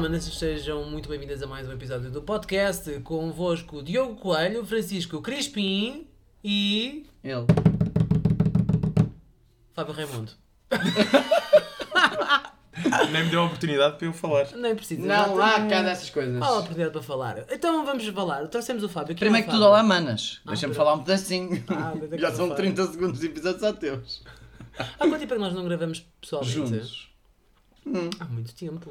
manas, é sejam muito bem-vindas a mais um episódio do podcast convosco Diogo Coelho, Francisco Crispim e Ele. Fábio Raimundo. Nem me deu a oportunidade para eu falar. Nem precisa. já Não há tenho- cá dessas coisas. Há oportunidade para falar. Então vamos falar. Trouxemos o Fábio. Quem é o Primeiro que Fábio? tudo, olá, manas. Deixa-me pronto. falar um pedacinho. Ah, mas é Já que são não 30 segundos de episódios só teus. Há quanto tempo é que nós não gravamos pessoalmente? Juntos. Há muito tempo.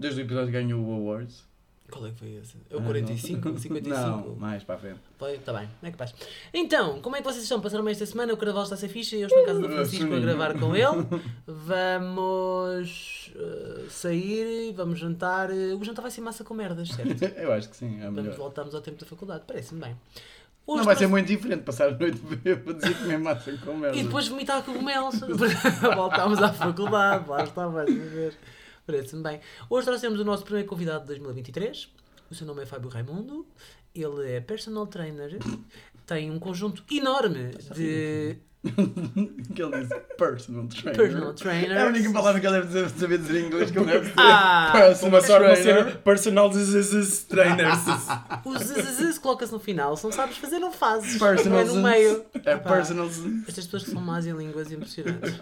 Desde o episódio que ganhou o Awards. Qual é que foi esse? É o 45? 55? Ah, Não, mais para a frente. Foi, está bem, não é capaz. Então, como é que vocês estão? Passaram-me esta semana, o Carnaval está a ser ficha, eu estou na casa É, do Francisco a gravar com ele. Vamos eh, sair, vamos jantar. eh, O jantar vai ser massa com merdas, certo? Eu acho que sim, é Vamos melhor. voltamos ao tempo da faculdade, parece-me bem. Hoje Não vai trouxe- ser muito diferente passar a noite bêbado e comer massa com merda. E depois vomitar cogumelos. Voltámos à faculdade, lá está mais uma vez. Parece-me bem. Hoje trouxemos o nosso primeiro convidado de 2023. O seu nome é Fábio Raimundo. Ele é personal trainer. Tem um conjunto enorme de que ele disse personal trainer. personal trainers. É a única palavra que ele deve dizer- saber dizer em inglês que ele deve dizer. Ah, personal Uma sorte não trainer. ser personal trainers. Os zzz coloca-se no final. Se não sabes fazer, não fazes. Personal é no meio. É Epá. personal Estas pessoas que são más em línguas, impressionantes.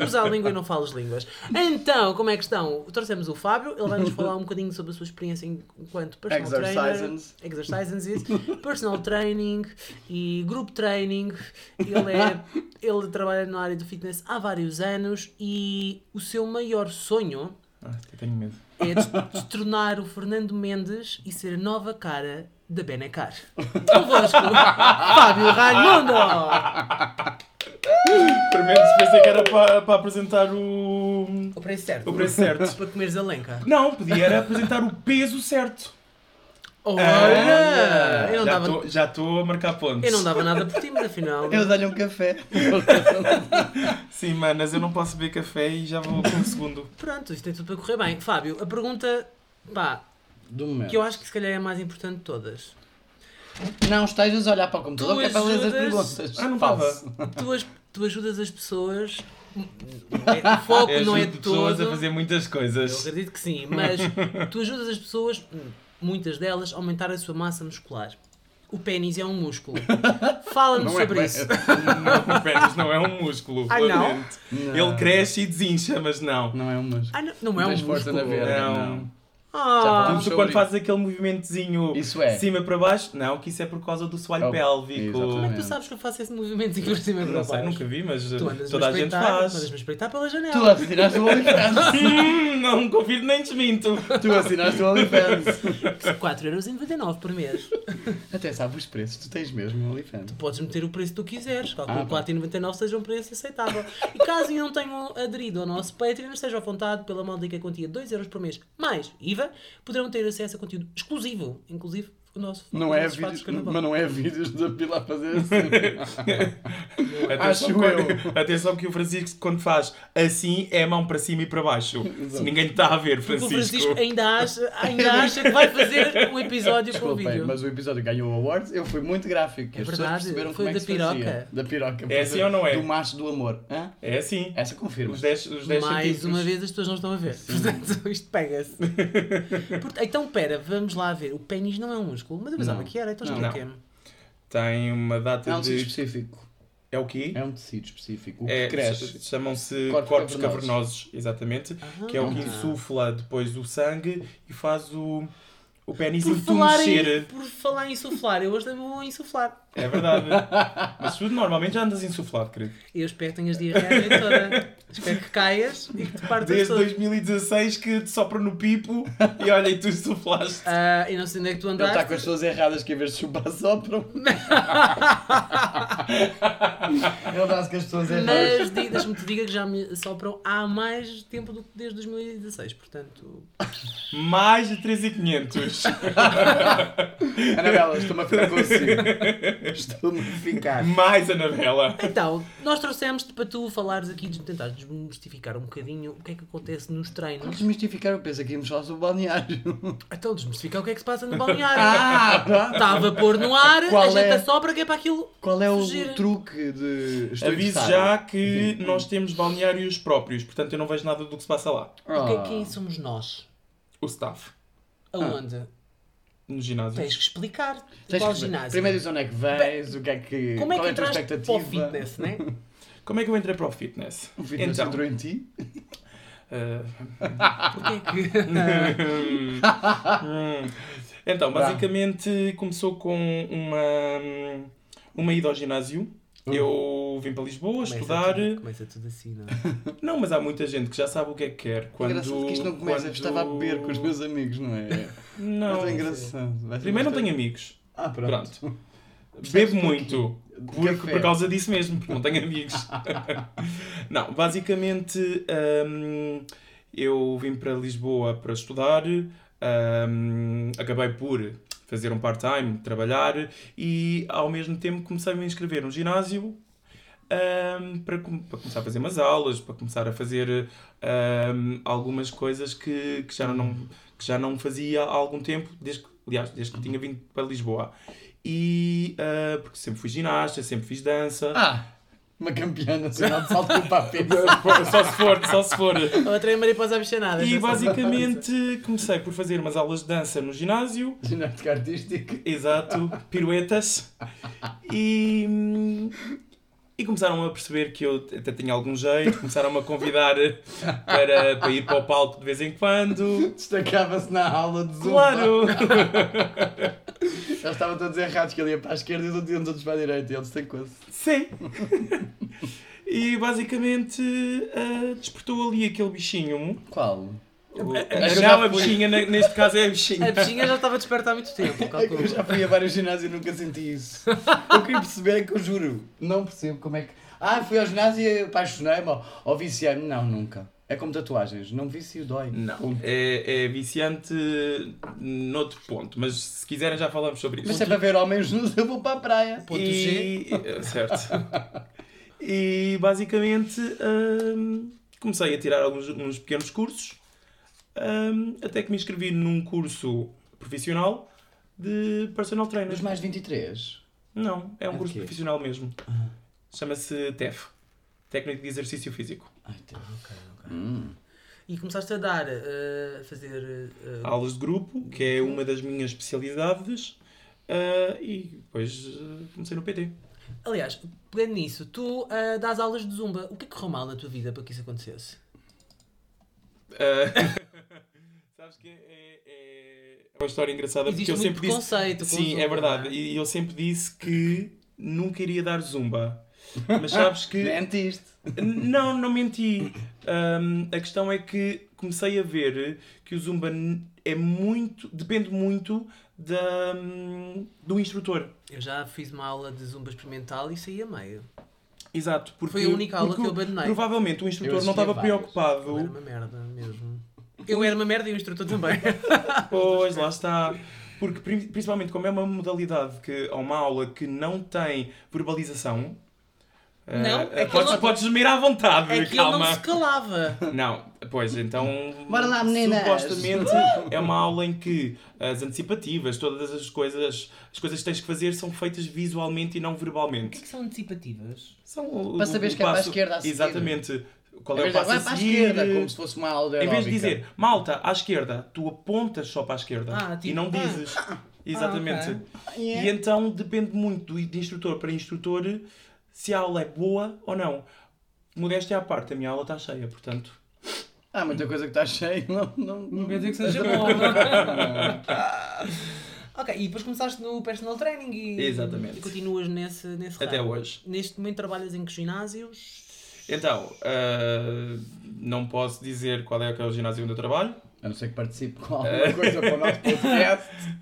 Usa a língua e não fala as línguas. Então, como é que estão? Trouxemos o Fábio, ele vai nos falar um bocadinho sobre a sua experiência enquanto personal trainer. Exercises. Exercises. isso. Personal training e group training. Ele, é, ele trabalha na área do fitness há vários anos e o seu maior sonho tenho medo. é de- de tornar o Fernando Mendes e ser a nova cara da Benacar. Convosco, Fábio Raimundo! Primeiro pensei que era para, para apresentar o. O preço certo. o preço certo. Para comeres a lenca. Não, podia era apresentar o peso certo. Olha! Eu não, já dava, estou já estou a marcar pontos. eu não dava nada por ti, mas afinal. Eu dou-lhe um café. Sim, manas, eu não posso beber café e já vou com um segundo. Pronto, isto tem tudo para correr bem. Fábio, a pergunta. Pá, Do momento. que eu acho que se calhar é a mais importante de todas. Não estejas a olhar para o computador Tu que é para ler as ajudas- perguntas. Ah, não Falso. Tu, as- tu ajudas as pessoas. É- o foco não é ajudo de pessoas a todo. fazer muitas Eu coisas. acredito que sim, mas tu ajudas as pessoas, muitas delas, a aumentar a sua massa muscular. O pênis é um músculo. Fala-nos Não é sobre bem- isso. Não, o pênis não é um músculo. Ah, não? lamento. Ele cresce e desincha, mas não. Não é um músculo. Ah, não, não é um Tens força músculo. na verga, Não. não. Ah, Como tu sobre quando isso. fazes aquele movimentozinho Isso é. de cima para baixo? Não, que isso é por causa do soalho Oh, pélvico. exatamente. como é que tu sabes que eu faço esse movimento por cima e para Não sei, baixo? nunca vi, mas Tu andas toda a gente faz. Tu andas-me a espreitar pela janela. Tu assinaste o OnlyFans. Hum, não confio nem desminto. tu assinaste o OnlyFans. 4,99€ por mês. Até sabe os preços. Tu tens mesmo o OnlyFans. Podes meter o preço que tu quiseres. Calculo Ah, que 4,99 seja um preço aceitável. E caso ainda não tenham aderido ao nosso Patreon, esteja à vontade pela módica quantia de 2€ por mês mais IVA, poderão ter acesso a conteúdo exclusivo, inclusive o nosso Não os é nossos fatos vídeos, de carnaval. mas não é vídeos da Pilar fazer assim. Atenção, Acho que, atenção que o Francisco, quando faz assim, é a mão para cima e para baixo. Se ninguém te está a ver, Porque Tipo, o Francisco. Francisco é- ainda acha, ainda acha que vai fazer um episódio com o Desculpem, vídeo. mas o episódio ganhou awards, eu fui muito gráfico. É As pessoas verdade, perceberam foi como é que da se fazia. piroca. Da piroca. É assim ou não é? Do macho do amor. Hã? É assim. Essa confirma. Os 10 os dez Mais centímetros. uma vez as pessoas não estão a ver. Portanto, isto pega-se. Porta- Então, pera, vamos lá ver. O pênis não é um músculo, mas eu pensava Não. que era, então Não. explica-me. Tem uma data É um tecido de. específico. É o quê? É um tecido específico. O que É, cresce. ch- Chamam-se Corpos corpos, cavernosos. cavernosos. exatamente. Ah. que é o que insufla depois o sangue e faz o, o pênis Por falar, em, mexer. por falar em insuflar, eu hoje também vou insuflar. É verdade. Mas tu normalmente já andas insuflado, querido. Eu espero que tenhas diarreia a noite toda. Espero que caias e que te partas Desde todo. 2016 que te sopra no pipo e olha, e tu insuflaste. Ah, eu não sei onde é que tu Ele está com as andaste. pessoas erradas que em vez de chupar sopram. Ele dá-se com as pessoas erradas. Mas di- deixa-me te diga que já me sopram há mais tempo do que desde 2016, portanto. Mais de 3,500. Anabela, estou-me a ficar consigo. Estou-me a ficar. Mais Anabela. Então, nós trouxemos-te para tu falares aqui, de tentar desmistificar um bocadinho o que é que acontece nos treinos. Desmistificar, eu penso que íamos falar sobre o balneário. Então, desmistificar o que é que se passa no balneário. Ah, pronto. Estava a pôr no ar, Qual a gente é? assopra que é para aquilo. Qual é o Fugir. truque de. Estou Aviso interessado. já que nós temos balneários próprios, portanto eu não vejo nada do que se passa lá. O que é Ah. que somos nós? O staff. Aonde? No ginásio. Tens que explicar Tens qual que- ginásio. Primeiro diz onde é que vais, o que é que. Como é qual que a tua entraste para o expectativa? fitness, né? Como é que eu entrei para o fitness? O fitness então, entrou em ti? É eh, Porquê é que... Hum. Então, Bravo. basicamente começou com uma, uma ida ao ginásio. Hum. Eu vim para Lisboa estudar. Começa tudo, começa tudo assim, não é? Não, mas há muita gente que já sabe o que é que quer. Quando, Engraçado que isto não começa, eu quando- estava a beber com os meus amigos, não é? Não. Mas é engraçado. Vai ser Primeiro não bastante- tenho amigos. Ah, pronto. Bebo porquê? é muito. Por, Café. por causa disso mesmo, porque não tenho amigos. não, basicamente hum, eu vim para Lisboa para estudar, hum, acabei por fazer um part-time, trabalhar e ao mesmo tempo comecei a me inscrever num ginásio hum, para, com- para começar a fazer umas aulas, para começar a fazer hum, algumas coisas que, que, já não, que já não fazia há algum tempo, desde que, aliás, desde que tinha vindo para Lisboa. E hum, porque sempre fui ginasta, sempre fiz dança. Ah! Uma campeã nacional de salto com papel. Só se for, só se for. Eu atrei a Maria para as abixanadas. E não sei. basicamente comecei por fazer umas aulas de dança no ginásio, Ginástica artística. exato, piruetas, e, e começaram a perceber que eu até tinha algum jeito, começaram-me a convidar para, para ir para o palco de vez em quando. Destacava-se na aula de zumba. Claro! Eles estavam todos errados, que ele ia para a esquerda e os outros iam todos para a direita. E ele destacou-se. Sim! E basicamente ah, despertou ali aquele bichinho. Qual? Ah, Não, a bichinha, ne- neste caso é a bichinha. A bichinha já estava desperta há muito tempo, É que calculo. eu já fui a vários ginásios e nunca senti isso. Eu queria perceber é que eu juro. Não percebo como é que. Ah, fui ao ginásio e apaixonei-me ou, ou viciei-me. Não, nunca. É como tatuagens. Não vicio dói. Não, é, é viciante noutro ponto, mas se quiserem já falamos sobre isso. Mas se é para ver homens nus, eu vou para a praia. Ponto G. e... eh, Certo. e basicamente hum, comecei a tirar alguns uns pequenos cursos, hum, até que me inscrevi num curso profissional de personal trainer. Nos mais 23. Não, é um É curso quê? profissional mesmo. Chama-se TEF. Técnico de Exercício Físico. Ai, Deus. E começaste a dar, eh, a fazer. eh, aulas de grupo, que é uma das minhas especialidades, ah, e depois ah, comecei no PT. Aliás, pegando nisso, tu ah, dás aulas de zumba. O que é que correu mal na tua vida para que isso acontecesse? Ah, Sabes que é, é- é uma história engraçada Existe porque eu muito sempre disse. preconceito. com Sim, zumba, é verdade. não E eu sempre disse que nunca iria dar zumba. Mas sabes que. Mentiste. não, não menti. Ahm, a questão é que comecei a ver que o zumba n- é muito. depende muito da, hum, do instrutor. Eu já fiz uma aula de zumba experimental e saí a meio. Exato, porque Foi a única aula porque que eu abandonei. Provavelmente o instrutor Eu não estava assisti a Eu era preocupado. uma merda mesmo. Eu era uma merda e o instrutor também. Pois, lá está. Porque, prin- principalmente, como é uma modalidade que, ou uma aula que não tem verbalização, eh, Não, eh, aquilo podes, não- podes gemir à vontade, É que ele não se calma. calava. Não, pois, então. Bora lá, meninas. Supostamente é uma aula em que as antecipativas, todas as coisas, as coisas que tens que fazer são feitas visualmente e não verbalmente. são antecipativas? São o- Para o- saberes o que é para a passo- esquerda a seguir. Exatamente. Qual Em é vez o de- passo Vai a para a seguir? esquerda, como se fosse uma aula Em aeróbica. vez de dizer malta à esquerda, tu apontas só para a esquerda Ah, tipo, e não ah. é? dizes. Exatamente. ok. Yeah. E então depende muito do- de instrutor para instrutor se a aula é boa ou não. Modéstia à parte, a minha aula está cheia, portanto. Há muita coisa que está cheia. Não, não, Não quer dizer que seja bom. ok, e depois começaste no personal training e, Exatamente. e continuas nesse, nesse Até ramo. hoje. Neste momento trabalhas em que ginásios? Então, ah, não posso dizer qual é que é o ginásio onde eu trabalho, A não ser que participe com É. alguma coisa para o nosso podcast.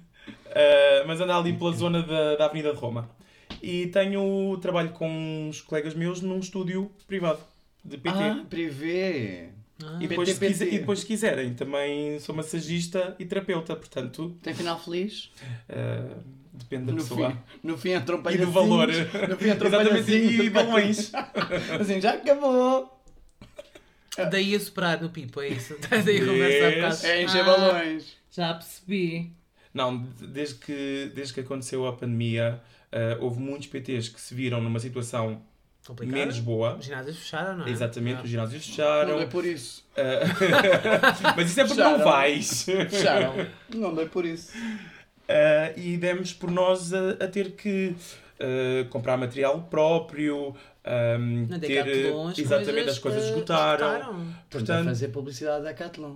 ah, mas ando ali pela zona da, da Avenida de Roma. E tenho trabalho com uns colegas meus num estúdio privado de PT. Ah, privê. Ah. E depois, se PT. quiser- e depois, se quiserem, também sou massagista e terapeuta, portanto, Tem final feliz? eh, depende da No pessoa. fim, no fim entram E palhacinhos. do valor. No fim entram Exatamente, palhacinhos. e é balões. Assim, já acabou. Daí a superar no pipo, é isso? Estás aí a Ah. Yes. conversar um bocado. É encher Ah, balões. Já percebi. Não, desde que, desde que aconteceu a pandemia, eh, houve muitos PTs que se viram numa situação Complicado. menos boa. Ginásios fecharam, não é? Exatamente, os Ah. ginásios Não fecharam. dei por isso. Ah, Mas isso é porque não Fecharam. vais. Fecharam. Não dei por isso. Ah, e demos por nós a, a ter que ah, comprar material próprio, ahm, Na ter Decathlon as exatamente coisas, as coisas eh, esgotaram. Estamos a Portanto, fazer publicidade da Catlon.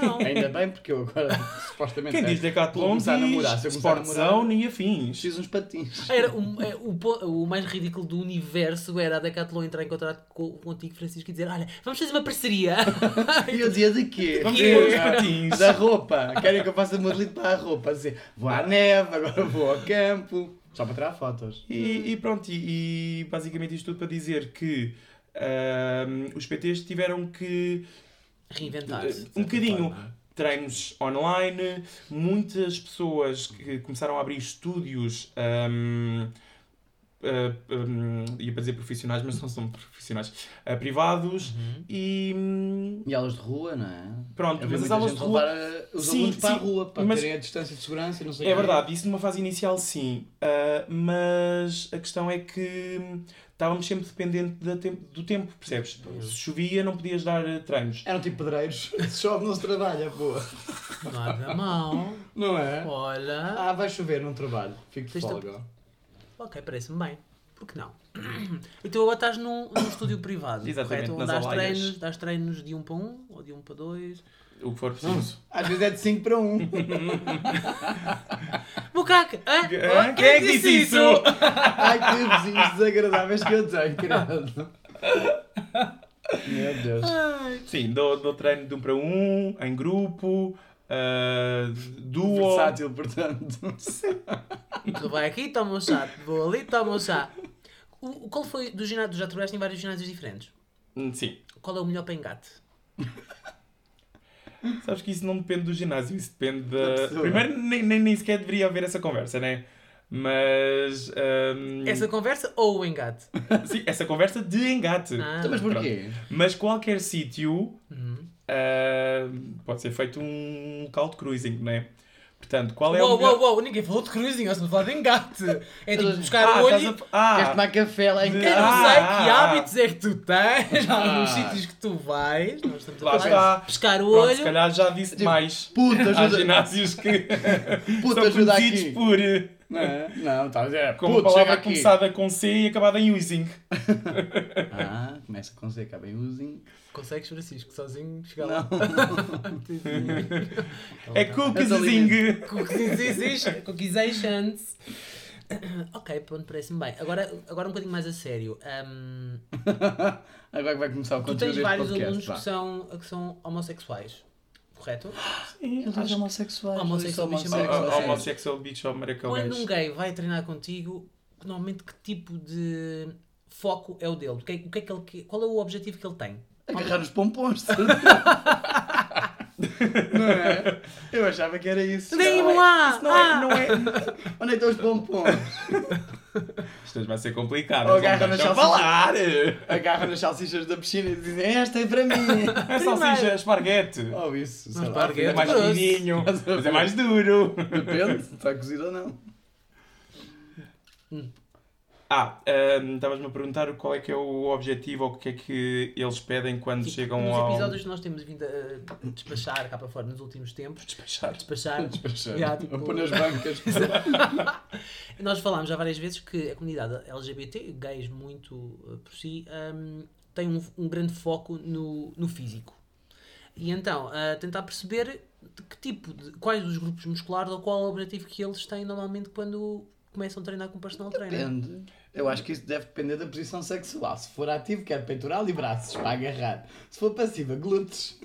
Não. Ainda bem, porque eu agora, supostamente, quem é, diz vou Decathlon diz começar a namorar. Se eu começar a Sport namorar, Zone e afins. preciso uns patins. Era um- é, o, po- o mais ridículo do universo era a Decathlon entrar em contato co- contigo, Francisco, e dizer: Olha, vamos fazer uma parceria. E eu dizia de quê? Vamos Que- ter os Ah, patins. Da roupa. Querem que eu faça modelito para a roupa. Assim, vou à neve, agora vou ao campo. Só para tirar fotos. E, e pronto, e, e basicamente isto tudo para dizer que ahm, os PTs tiveram que Reinventar. eh, um bocadinho treinos online, muitas pessoas que começaram a abrir estúdios. ahm, ah, ahm, ia para dizer profissionais, mas não são profissionais ah, privados e hum, E aulas de rua, não é? pronto, Eu vi mas as muita aulas de gente rua levar, uh, os Sim, alunos para a sim, rua, para mas- terem a distância de segurança e não sei o É quê. verdade, isso numa fase inicial sim, Ah, mas a questão é que estávamos sempre dependente da tem- do tempo, percebes? Se chovia não podias dar eh, treinos. Eram tipo pedreiros. Se chove não se trabalha, pô. Nada mal. é Não é? Olha. Ah, vai chover, não trabalho. Fico de Tens de- folga. Ok, parece-me bem. Por que não? Então agora estás num, num estúdio privado. Exatamente, correto? nas Onde dás alaias. treinos, dás treinos de um para um ou de um para dois. O que for preciso. Às vezes é de 5 para 1. Um. Bucaca! hã? Ah, Quem é que disse isso? Ai, que vizinhos desagradáveis que eu tenho, credo. Meu Deus. Ai. Sim, dou, dou treino de um para um, em grupo, ah, duo. Versátil, portanto. Tu vai aqui, toma um chá. Vou ali, toma um chá. O, o- qual foi do ginásio? Já trabalhaste em vários ginásios diferentes. Hum, Sim. Qual é o melhor para engate? Sabes que isso não depende do ginásio, isso depende Da da. pessoa. Primeiro, nem, nem, nem sequer deveria haver essa conversa, né? Mas. ahm, Essa conversa ou o engate? sim, essa conversa de engate. Ah. Então, mas porquê? Mas qualquer sítio Uhum. ah, pode ser feito um local de cruising, não é? Portanto, qual é Uou, o. melhor- uou, uou, ninguém falou de cruising, nós estamos a falar de engate. É tipo buscar Ah, o olho. estás e- a... ah, Queres tomar café lá em de- Eu casa? não sei que Ah. hábitos é que tu tens, alguns Ah. sítios que tu vais. Nós estamos a Lá falar está. de pescar o Pronto, se olho. calhar já disse demais. Puta, Há ajuda, ginásios que puta, Ah, são ajuda conhecidos aqui. por. eh, Não, é? não, estás a dizer, Como puto, chega palavra aqui. começada com C e acabada em using. Ah, começa com Z, acaba em Uzinho. Consegues, Francisco, sozinho Então. chegar lá. um Não. É então, cookiesing. Cookizations. Ok, pronto, parece-me bem. Agora, agora um bocadinho mais a sério. Hum, Ahm, Agora é que vai começar o tu conteúdo tens deste vários podcast, alunos vá. que são, que são homossexuais, correto? Eles são homossexuais. Homossexual, eles são bicho, Ah, ah, Homossexual. homossexuais. Homossexual bitch ou miracle Quando um bitch. gay vai treinar contigo, normalmente que tipo de foco é o dele? O que é, o que é que ele que- qual é o objetivo que ele tem? Agarrar os pompons. não é? Eu achava que era isso. Deem-me lá! Não é, não é. Onde é que estão os pompons? Isto vai ser complicado. Oh, eles não agarra me nas deixam calças. falar. É Agarram as salsichas da piscina e dizem: Esta é para mim. É salsicha, esparguete. Oh, isso. Mas sei lá, parque É mais grosso. fininho, mas é mais duro. Depende se está cozido ou não. Ah, hum, estavas-me a perguntar qual é que é o objetivo ou o que é que eles pedem quando Tipo, chegam nos ao... episódios que nós temos vindo a despachar cá para fora nos últimos tempos, Despachar. despachar, Despachar. Yeah, tipo- Ou pôr nas bancas. nós falámos já várias vezes que a comunidade LGBT, gays muito eh, por si, hum, tem um, um grande foco no, no físico. E então, a tentar perceber de que tipo de, quais os grupos musculares ou qual é o objetivo que eles têm normalmente quando começam a treinar com personal trainer. Depende. Eu acho que isso deve depender da posição sexual. Se for ativo, quer peitoral e braços para agarrar. Se for passiva, glúteos.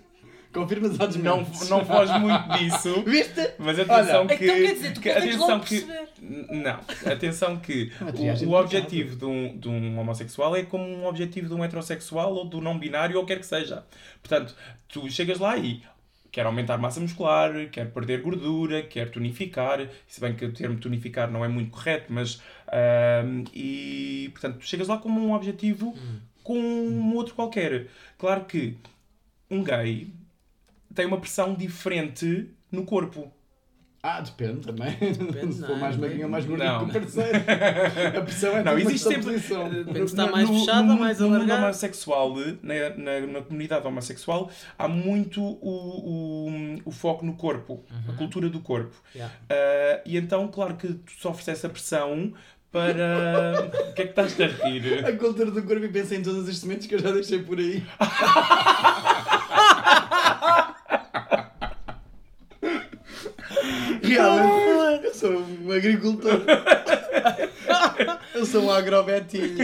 Confirmas ou Não, desmentes? não foge muito disso. Viste? Mas atenção Olha, que. então quer dizer, tu que- consegues logo que- perceber. N- Não, atenção que Uma o, triagem o de objetivo de um, de um homossexual é como um objetivo de um heterossexual ou do não binário ou quer que seja. Portanto, tu chegas lá e quer aumentar massa muscular, quer perder gordura, quer tonificar, se bem que o termo tonificar não é muito correto, mas ahm, e portanto tu chegas lá como um objetivo Hum. com um outro qualquer. Claro que um gay tem uma pressão diferente no corpo. Ah, depende também. Depende, Se não for é? mais magrinho ou mais gordinho Não. que o parceiro. A pressão é Não, tudo uma existe sempre. contraposição. Depende se está mais fechada, mais no mundo alargada. homossexual, na, na, na comunidade homossexual, há muito o, o, o foco no corpo, a Uhum. cultura do corpo. Yeah. Ah, e então, claro que tu sofres essa pressão para. O que é que estás a rir? A cultura do corpo e pensa em todas as sementes que eu já deixei por aí. Realmente, eu sou um agricultor. Eu sou um agrobetinho.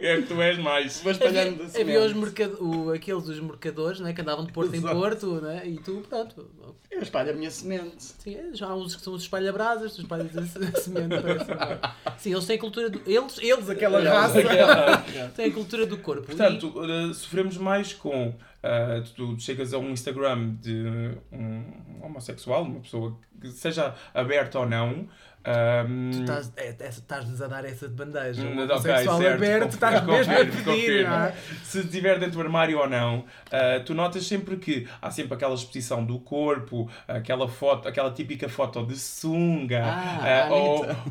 É que tu és mais. Vou espalhando assim. Havia os mercado, o, aqueles dos mercadores né, que andavam de porto em Exato. porto né, e tu, pronto. Eu espalho a minha semente. Sim, é, já há uns que são os espalha-brasas, os espalhas a se- a semente. parece bem. Sim, eles têm a cultura do. Eles, eles aquela Eles, raça, aquela. é. têm a cultura do corpo. Portanto, eh, sofremos mais com. ah, tu chegas a um Instagram de um homossexual, uma pessoa que seja aberta ou não. ah, e tu ahm, estás- é, essa- estás-nos a dar essa de bandeja. Hum, O ok, sexual certo, aberto, confirmo, estás mesmo a confirmo, pedir. confirmo. não é? Se estiver dentro do armário ou não, ah, tu notas sempre que há sempre aquela exposição do corpo, aquela foto, aquela típica foto de sunga, Ah, ah, ou, Anitta.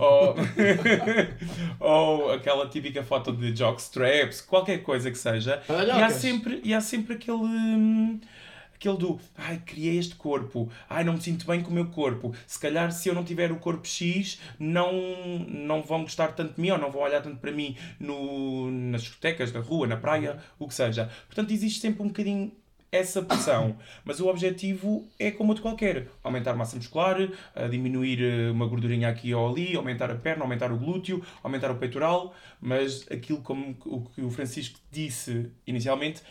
ou, ou aquela típica foto de jockstraps, qualquer coisa que seja. Olha, e, há Lucas. sempre, e há sempre aquele. hum, Aquele do, ai, criei este corpo, ai, não me sinto bem com o meu corpo. Se calhar, se eu não tiver o corpo X, não, não vão gostar tanto de mim ou não vão olhar tanto para mim no, nas discotecas, na rua, na praia, o que seja. Portanto, existe sempre um bocadinho essa pressão. Mas o objetivo é como outro qualquer: aumentar massa muscular, eh, diminuir eh, uma gordurinha aqui ou ali, aumentar a perna, aumentar o glúteo, aumentar o peitoral. Mas aquilo como o que o Francisco disse inicialmente.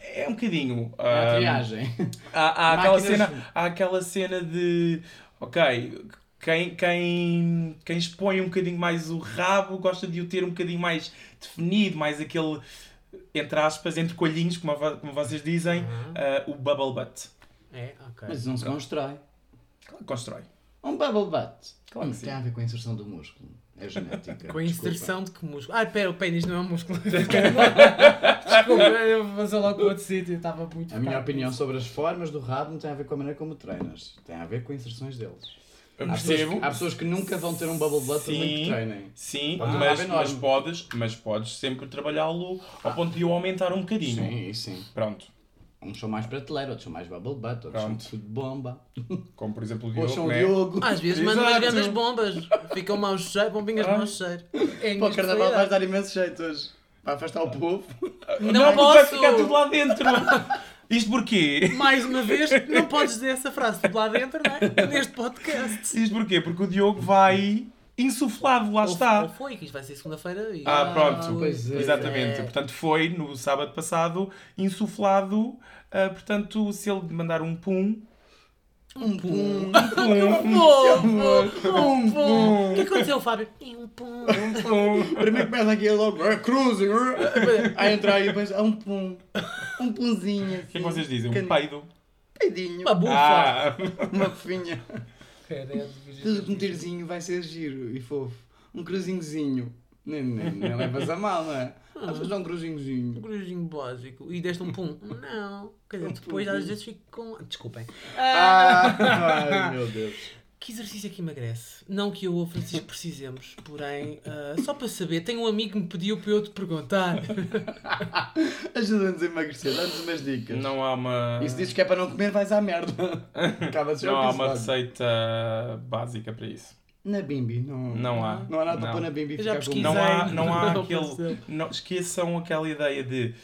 É um bocadinho. É a ah, triagem. Há, há aquela Máquinas- cena, há aquela cena de. Ok, quem, quem, quem expõe um bocadinho mais o rabo gosta de o ter um bocadinho mais definido, mais aquele. Entre aspas, entre colhinhos, como, a vo- como vocês dizem, ah, Uhum. o bubble butt. É, ok. Mas não se constrói. Constrói. Um bubble butt. assim? Claro que Não sim. tem a ver com a inserção do músculo. É genética. Com a desculpa. inserção de que músculo? Ah, pera, o pênis não é um músculo. Desculpa, eu vou fazer logo outro sítio, estava muito A minha focado opinião nisso. sobre as formas do rabo não tem a ver com a maneira como treinas. Tem a ver com inserções deles. Eu Há pessoas, percebo. que, há pessoas que nunca vão ter um bubble butt por muito que Sim. treinem. Sim, Pode ter um mas, rabo mas, enorme. podes, mas podes sempre trabalhá-lo ao ponto de o aumentar um bocadinho. Sim, sim. Pronto. Uns são mais prateleira, outros são mais bubble butt, outros Pronto. são tudo bomba. Como por exemplo o Outros Diogo. são o né? Diogo. Às vezes mandam as Exato. grandes bombas, ficam mau cheiro, bombinhas de Ah. mau cheiro. É Para o carnaval vais industrial. dar imenso jeito hoje. Para afastar Ah. o povo. Não Vai posso! ficar tudo lá dentro! Isto porquê? Mais uma vez, não podes dizer essa frase de lá dentro, não é? Neste podcast. Isto porquê? Porque o Diogo vai insuflado, lá Ou- está. Ou foi, que isto vai ser segunda-feira e. Ah, pronto. pois é. Exatamente. Portanto, foi no sábado passado insuflado. ah, portanto, se ele mandar um pum. Um pum. Pum, Pum, Um pum, Um pum. O que aconteceu, Fábio? E um pum. pum. Primeiro começa aqui logo, é cruising. A entrar aí depois, é um pum. Um punzinho. O que é que vocês dizem? Um Pequenino. peido. Peidinho. Uma bufa. Ah! Uma fofinha. Caralho, Tudo com um tirozinho vai ser giro e fofo. Um cruzinhozinho. Nem, nem, nem levas a mal, não é? Às vezes é um Um cruzinhozinho. grujinho básico e deste um pum. Não. Quer dizer, depois às vezes fico com. Desculpem. Ah, ai, meu Deus. Que exercício é que emagrece? Não que eu ou o Francisco precisemos, porém, ah, só para saber, tenho um amigo que me pediu para eu te perguntar. Ajuda-nos a emagrecer, dá-nos umas dicas. Não há uma. E se dizes que é para não comer, vais à merda. Acaba-se já Não há o uma um episódio. receita básica para isso. Na bimbi, não... Não há. Não há nada para pôr na não. bimbi e Eu já ficar com... pesquisei. um. não há, não há Não aquele. apareceu. Não, esqueçam aquela ideia de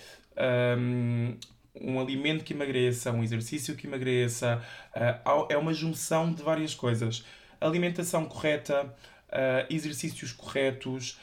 hum, um, alimento que emagreça, um exercício que emagreça. ah, há- é uma junção de várias coisas. Alimentação correta, ah, exercícios corretos,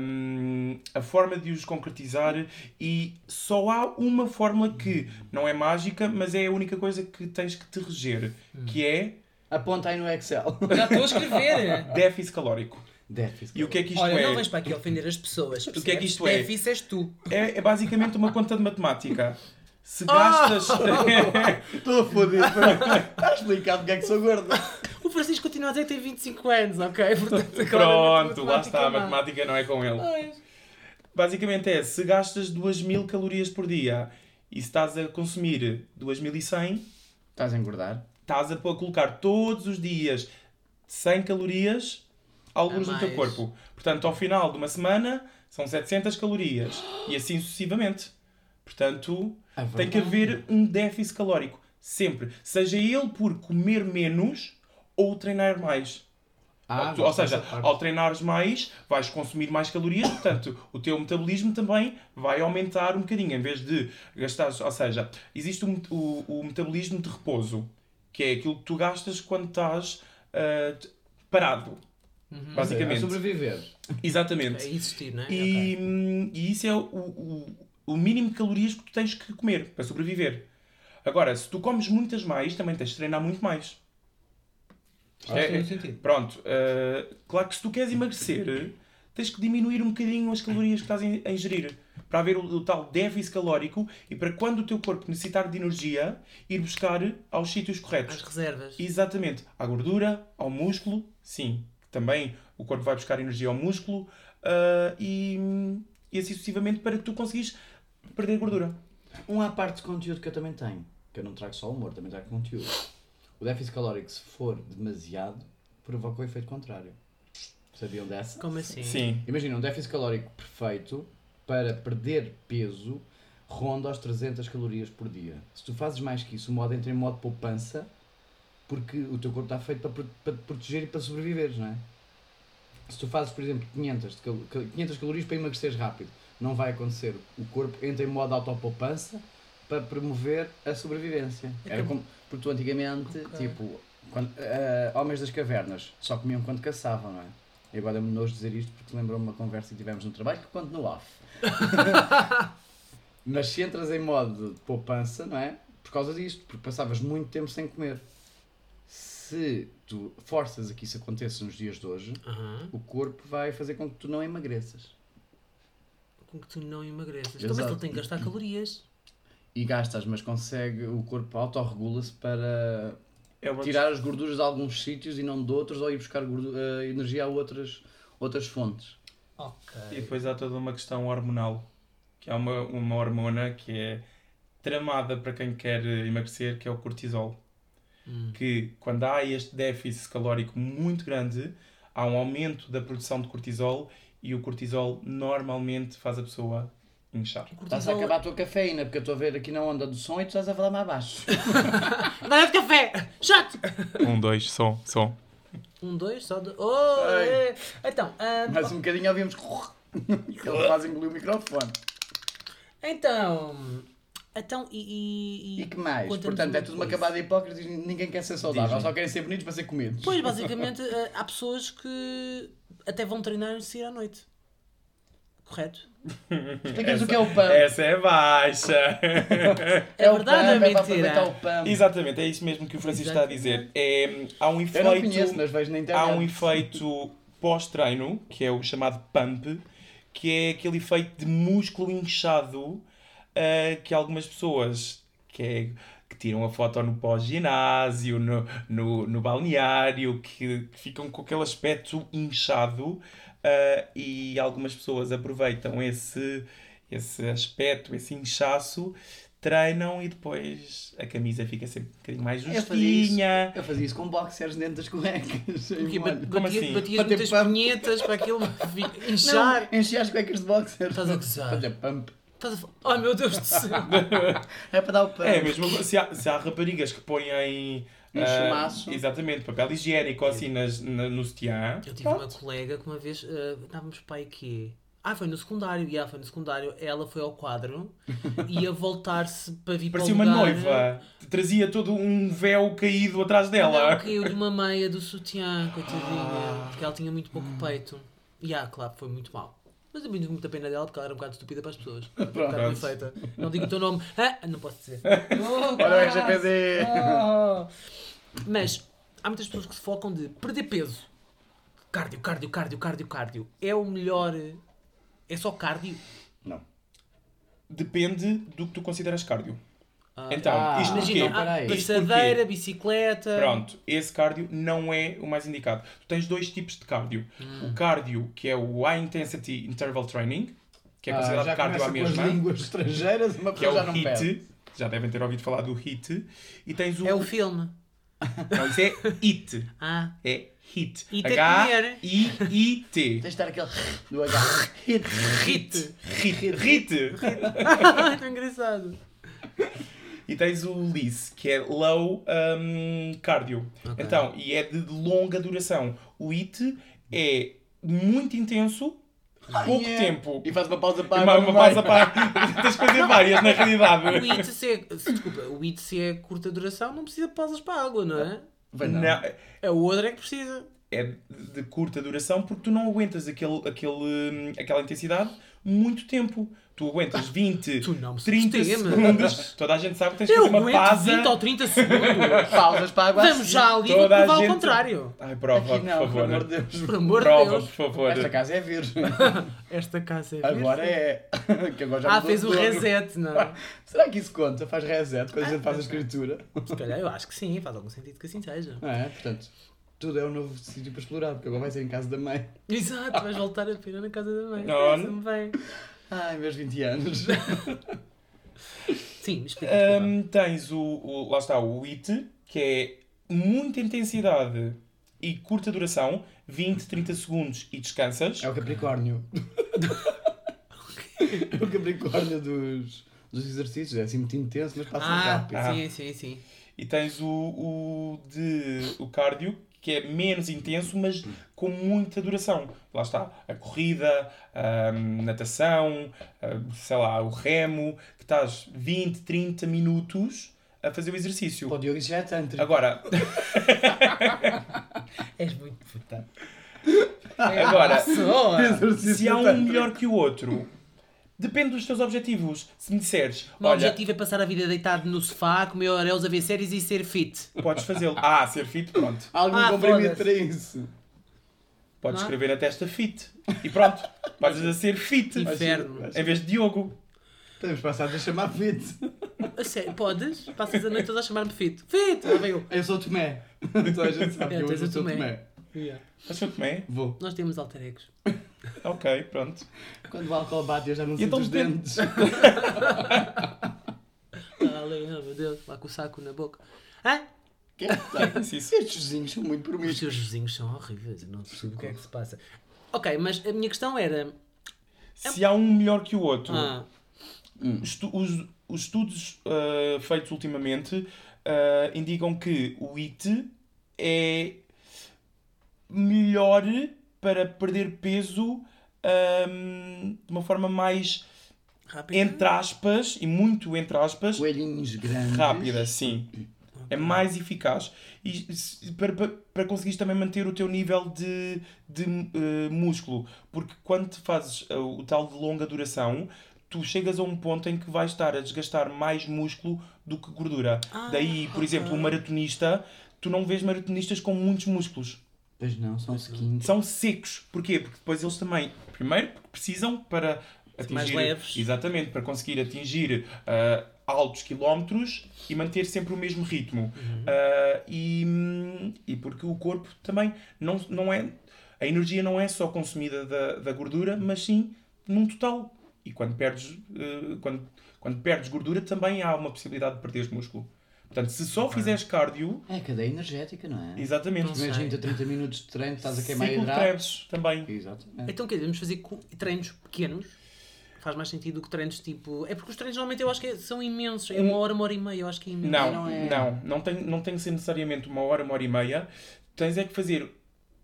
hum, a forma de os concretizar e só há uma fórmula que não é mágica, mas é a única coisa que tens que te reger, que é Aponta aí no Excel. Já estou a escrever. déficit calórico. Déficit. E o que é que isto Olha, é? não vens para aqui ofender as pessoas. que é que isto é? Déficit és tu. É, é basicamente uma conta de matemática. Se gastas. Estou a foder. Está explicado porque é que sou gordo. O Francisco continua a dizer que tem 25 anos, ok? Portanto, agora Pronto, lá está, a matemática não é com ele. Basicamente é: se gastas 2000 calorias por dia e se estás a consumir 2100, Estás a engordar? estás a pô- colocar todos os dias 100 calorias alguns A no teu mais. corpo. Portanto, ao final de uma semana, são 700 calorias. E assim sucessivamente. Portanto, É tem que haver um déficit calórico. Sempre. Seja ele por comer menos ou treinar mais. Ah, ou, tu- ou gosto seja, dessa parte. ao treinares mais, vais consumir mais calorias, portanto, o teu metabolismo também vai aumentar um bocadinho, em vez de gastares. Ou seja, existe o, met- o- o metabolismo de repouso, que é aquilo que tu gastas quando estás ah, t- parado. É Basicamente. sobreviver. É Exatamente. existir, não é? E, hum, e isso é o, o, o mínimo de calorias que tu tens que comer para sobreviver. Agora, se tu comes muitas mais, também tens de treinar muito mais. Faz É- todo sentido. Pronto, uh, claro que se tu queres emagrecer, tens que diminuir um bocadinho as calorias que estás a in- a ingerir para haver o, o tal déficit calórico e para quando o teu corpo necessitar de energia, ir buscar aos sítios As corretos. reservas. Exatamente, à gordura, ao músculo, sim, também o corpo vai buscar energia ao músculo uh, e, e assim sucessivamente para que tu consigas perder gordura. Um à parte de conteúdo que eu também tenho, que eu não trago só humor, também trago conteúdo. O déficit calórico, se for demasiado, provoca o efeito contrário. Sabiam dessa? Como assim? Sim, Imagina, um déficit calórico perfeito para perder peso ronda aos 300 calorias por dia. Se tu fazes mais que isso, o modo entra em modo poupança porque o teu corpo está feito para, pro- para te proteger e para sobreviveres, não é? Se tu fazes, por exemplo, 500, de cal- cal- 500 calorias para emagreceres rápido, não vai acontecer. O corpo entra em modo autopoupança para promover a sobrevivência. Era como, porque tu antigamente, tipo, quando, ah, homens das cavernas só comiam quando caçavam, não é? E agora me nojo dizer isto porque lembrou-me uma conversa que tivemos no trabalho que conto no off. Mas se entras em modo de poupança, não é? Por causa disto, porque passavas muito tempo sem comer. Se tu forças a que isso aconteça nos dias de hoje, Aham. o corpo vai fazer com que tu não emagreças. Com que tu não emagreças. Exato. Então, mas ele tem que gastar calorias. E gastas, mas consegue, o corpo autorregula-se para é uma tirar as gorduras de alguns sítios e não de outros, ou ir buscar gordu- eh, energia a outras, outras fontes. E Ok. depois há toda uma questão hormonal, que é uma, uma hormona que é tramada para quem quer eh, emagrecer, que é o cortisol. Hum. Que quando há este déficit calórico muito grande, há um aumento da produção de cortisol e o cortisol normalmente faz a pessoa inchar. O Estás a cortisol- acabar a tua cafeína, porque eu estou a ver aqui na onda do som e tu estás a falar mais baixo. Vai de café! Chato! Um, dois, som, som. Um, dois, só dois. Oh, Ai. é. Então, ah, Mais um bocadinho ouvimos. Ele quase engoliu o microfone. então. Então, e. e- E que mais? conta-nos Portanto, uma é tudo uma coisa. camada hipócrita e ninguém quer ser saudável, Dizem. só querem ser bonitos para ser comidos. Pois, basicamente, eh, há pessoas que até vão treinar se ir à noite. Correto? Explicas o que é o pão. Essa é baixa! É, um verdade ou é para mentira? aproveitar o pão. Exatamente, é isso mesmo que o Francisco está a dizer. É, há um Eu efeito. não conheço, mas vejo na há um internet. efeito pós-treino, que é o chamado pump, que é aquele efeito de músculo inchado ah, que algumas pessoas que, é- que tiram a foto no pós-ginásio, no, no, no balneário, que, que ficam com aquele aspecto inchado ah, e algumas pessoas aproveitam esse, esse aspecto, esse inchaço, treinam e depois a camisa fica sempre um bocadinho mais Eu fazia isso. justinha. Eu fazia isso com boxers dentro das cuecas. Em Porque molho. batias, assim? batias Bater muitas pump. punhetas para aquilo fi- inchar. Não, enchia as cuecas de boxers. Estás a gozar. Fazer pump. Estás a fa- Oh meu Deus do céu! É para dar o pão. É, mesmo se há, se há raparigas que põem. Um ah, chumaço. Exatamente, papel higiênico assim nas, na- no sutiã. Eu tive Pronto. uma colega que uma vez eh, estávamos para aí quê? Ah, foi no secundário, e ah, foi no secundário. Ela foi ao quadro e a voltar-se para vir Parecia para o uma lugar. noiva. Trazia todo um véu caído atrás dela. Não, caiu-lhe uma meia do sutiã, Ah. coitadinha. Porque ela tinha muito pouco Hum. peito. E ah, claro, foi muito mal. Mas eu me muita pena dela porque ela era um bocado estúpida para as pessoas. Está bem feita. Não digo o teu nome. Ah, não posso dizer. Oh, Olha o caralho. RGPD. Oh. Mas há muitas pessoas que se focam de perder peso. Cardio, cardio, cardio, cardio, cardio. É o melhor. eh, É só cardio. Não. Depende do que tu consideras cardio. Ah, então, ah, isto porquê? Imagina, Então, ah, peraí. Isto passadeira, bicicleta. Pronto, esse cardio não é o mais indicado. Tu tens dois tipos de cardio. Hum. O cardio, que é o High Intensity Interval Training, que é Ah, considerado já cardio à começa com mesma, as línguas estrangeiras, uma que é pessoa já o não pede. HIIT. Já devem ter ouvido falar do HIIT. E tens o, É o É filme. Não, isso é it. Ah, É hit. It é comer. H-I-I-T. Tens de estar aquele do H. Hit. Rit. Rit. Rit. tão engraçado. E tens o LIS, que é Low um, Cardio. Ok. Então, e é de longa duração. O IT é muito intenso, pouco Yeah. tempo. é. E faz uma pausa E para uma, a uma mamãe. pausa para. Tens de fazer várias, na O realidade. ITC, é- se- desculpa, o ITC é curta duração, não precisa de pausas para a água, não é? Vai não. Não, É o outro é que precisa. é de curta duração porque tu não aguentas aquele, aquele, aquela intensidade muito tempo. Tu aguentas 20, Ah, Tu não me 30 sustemas. segundos. Toda a gente sabe que tens de Eu fazer uma aguento pausa. 20 ou 30 segundos. Pausas para a água. Vamos assim. já ali e vou Toda a provar ao gente- contrário. Ai, prova, Aqui por não, por favor. né? amor de Deus. Por amor de prova, Deus. por favor. Esta casa é virgem. Esta casa é Agora virgem. é. que agora já Ah, mudou fez de o dono. reset, não é? Será que isso conta? Faz reset Ah, quando a gente faz a escritura? Se calhar eu acho que sim, faz algum sentido que assim seja. Não é? Portanto, tudo é um novo sítio para explorar, porque agora vai ser em casa da mãe. Exato, vais voltar a pena na casa da mãe. Olha. Parece-me bem. Ah. Ai, meus 20 anos. Sim, me explica. desculpa. Ahm, tens o, o- Lá está o IT, que é muita intensidade e curta duração, 20, 30 segundos e descansas. É o Capricórnio. é o Capricórnio dos, dos exercícios. É assim muito intenso, mas passa Ah, rápido. sim, sim, sim. E tens o, o de o cardio, que é menos intenso, mas com muita duração. Lá está, a corrida, a natação, a, sei lá, o remo, que estás 20, 30 minutos a fazer o exercício. Pô, Diogo, isso já é tântrico. Agora, És muito puta. agora Só! Exercício se há um tântrico. melhor que o outro, depende dos teus objetivos. Se me disseres, O meu olha, objetivo é passar a vida deitado no sofá, comer orelhas a ver séries e ser fit. podes fazê-lo. Ah, ser fit, pronto. Há algum Ah, comprimido foda-se. para isso? Podes Não. escrever na testa fit. E pronto, passas a ser fit. Inferno. Em vez de Diogo. Temos passado a chamar fit. A sério, podes? Passas a noite toda a chamar-me fit. Fit! Lá vem eu. Eu sou o Tomé. Então a gente sabe É, que eu tens hoje o sou o Tomé. Tomé. Mas eu também. Vou. Nós temos alter egos. Ok, pronto. Quando o álcool bate, eu já não sinto então os depende. dentes. Ah, ali, oh, meu Deus, lá com o saco na boca. Hã? Que é que tá? Sim, sim. Estes vizinhos são muito Os promíscuos. teus vizinhos são horríveis, eu não percebo o que é que se passa. Ok, mas a minha questão era. Se há um melhor que o outro, É Ah, estu- os, os estudos ah, feitos ultimamente ah, indicam que o IT é melhor para perder peso ahm, de uma forma mais, rápido. entre aspas, e muito entre aspas, Coelhinhos grandes. rápida, sim. É mais eficaz. E se- para, para, para conseguires também manter o teu nível de, de eh, músculo. Porque quando te fazes eh, o tal de longa duração, tu chegas a um ponto em que vais estar a desgastar mais músculo do que gordura. Ah, Daí, ok. por exemplo, o maratonista, tu não vês maratonistas com muitos músculos. Pois não, são skins. São secos. Porquê? Porque depois eles também, primeiro, porque precisam para atingir. Assim, mais leves. Exatamente, para conseguir atingir ah, altos quilómetros e manter sempre o mesmo ritmo. Uhum. Ah, e, hum, e porque o corpo também não, não é. A energia não é só consumida da, da gordura, mas sim num total. E quando perdes, ah, quando, quando perdes gordura, também há uma possibilidade de perderes músculo. Portanto, se só fizeres cardio, É a cadeia energética, não é? exatamente. Não sei. Primeiros 20 a 30 minutos de treino, estás a queimar Ciclo de hidratos. Krebs também. Exatamente. Então, quer dizer, vamos fazer cu- treinos pequenos. Faz mais sentido que treinos tipo. É porque os treinos normalmente eu acho que é- são imensos. É uma hora, uma hora e meia, eu acho que é imenso. Um Não, não não, é- não, tem, não tem que ser necessariamente uma hora, uma hora e meia. Tens é que fazer,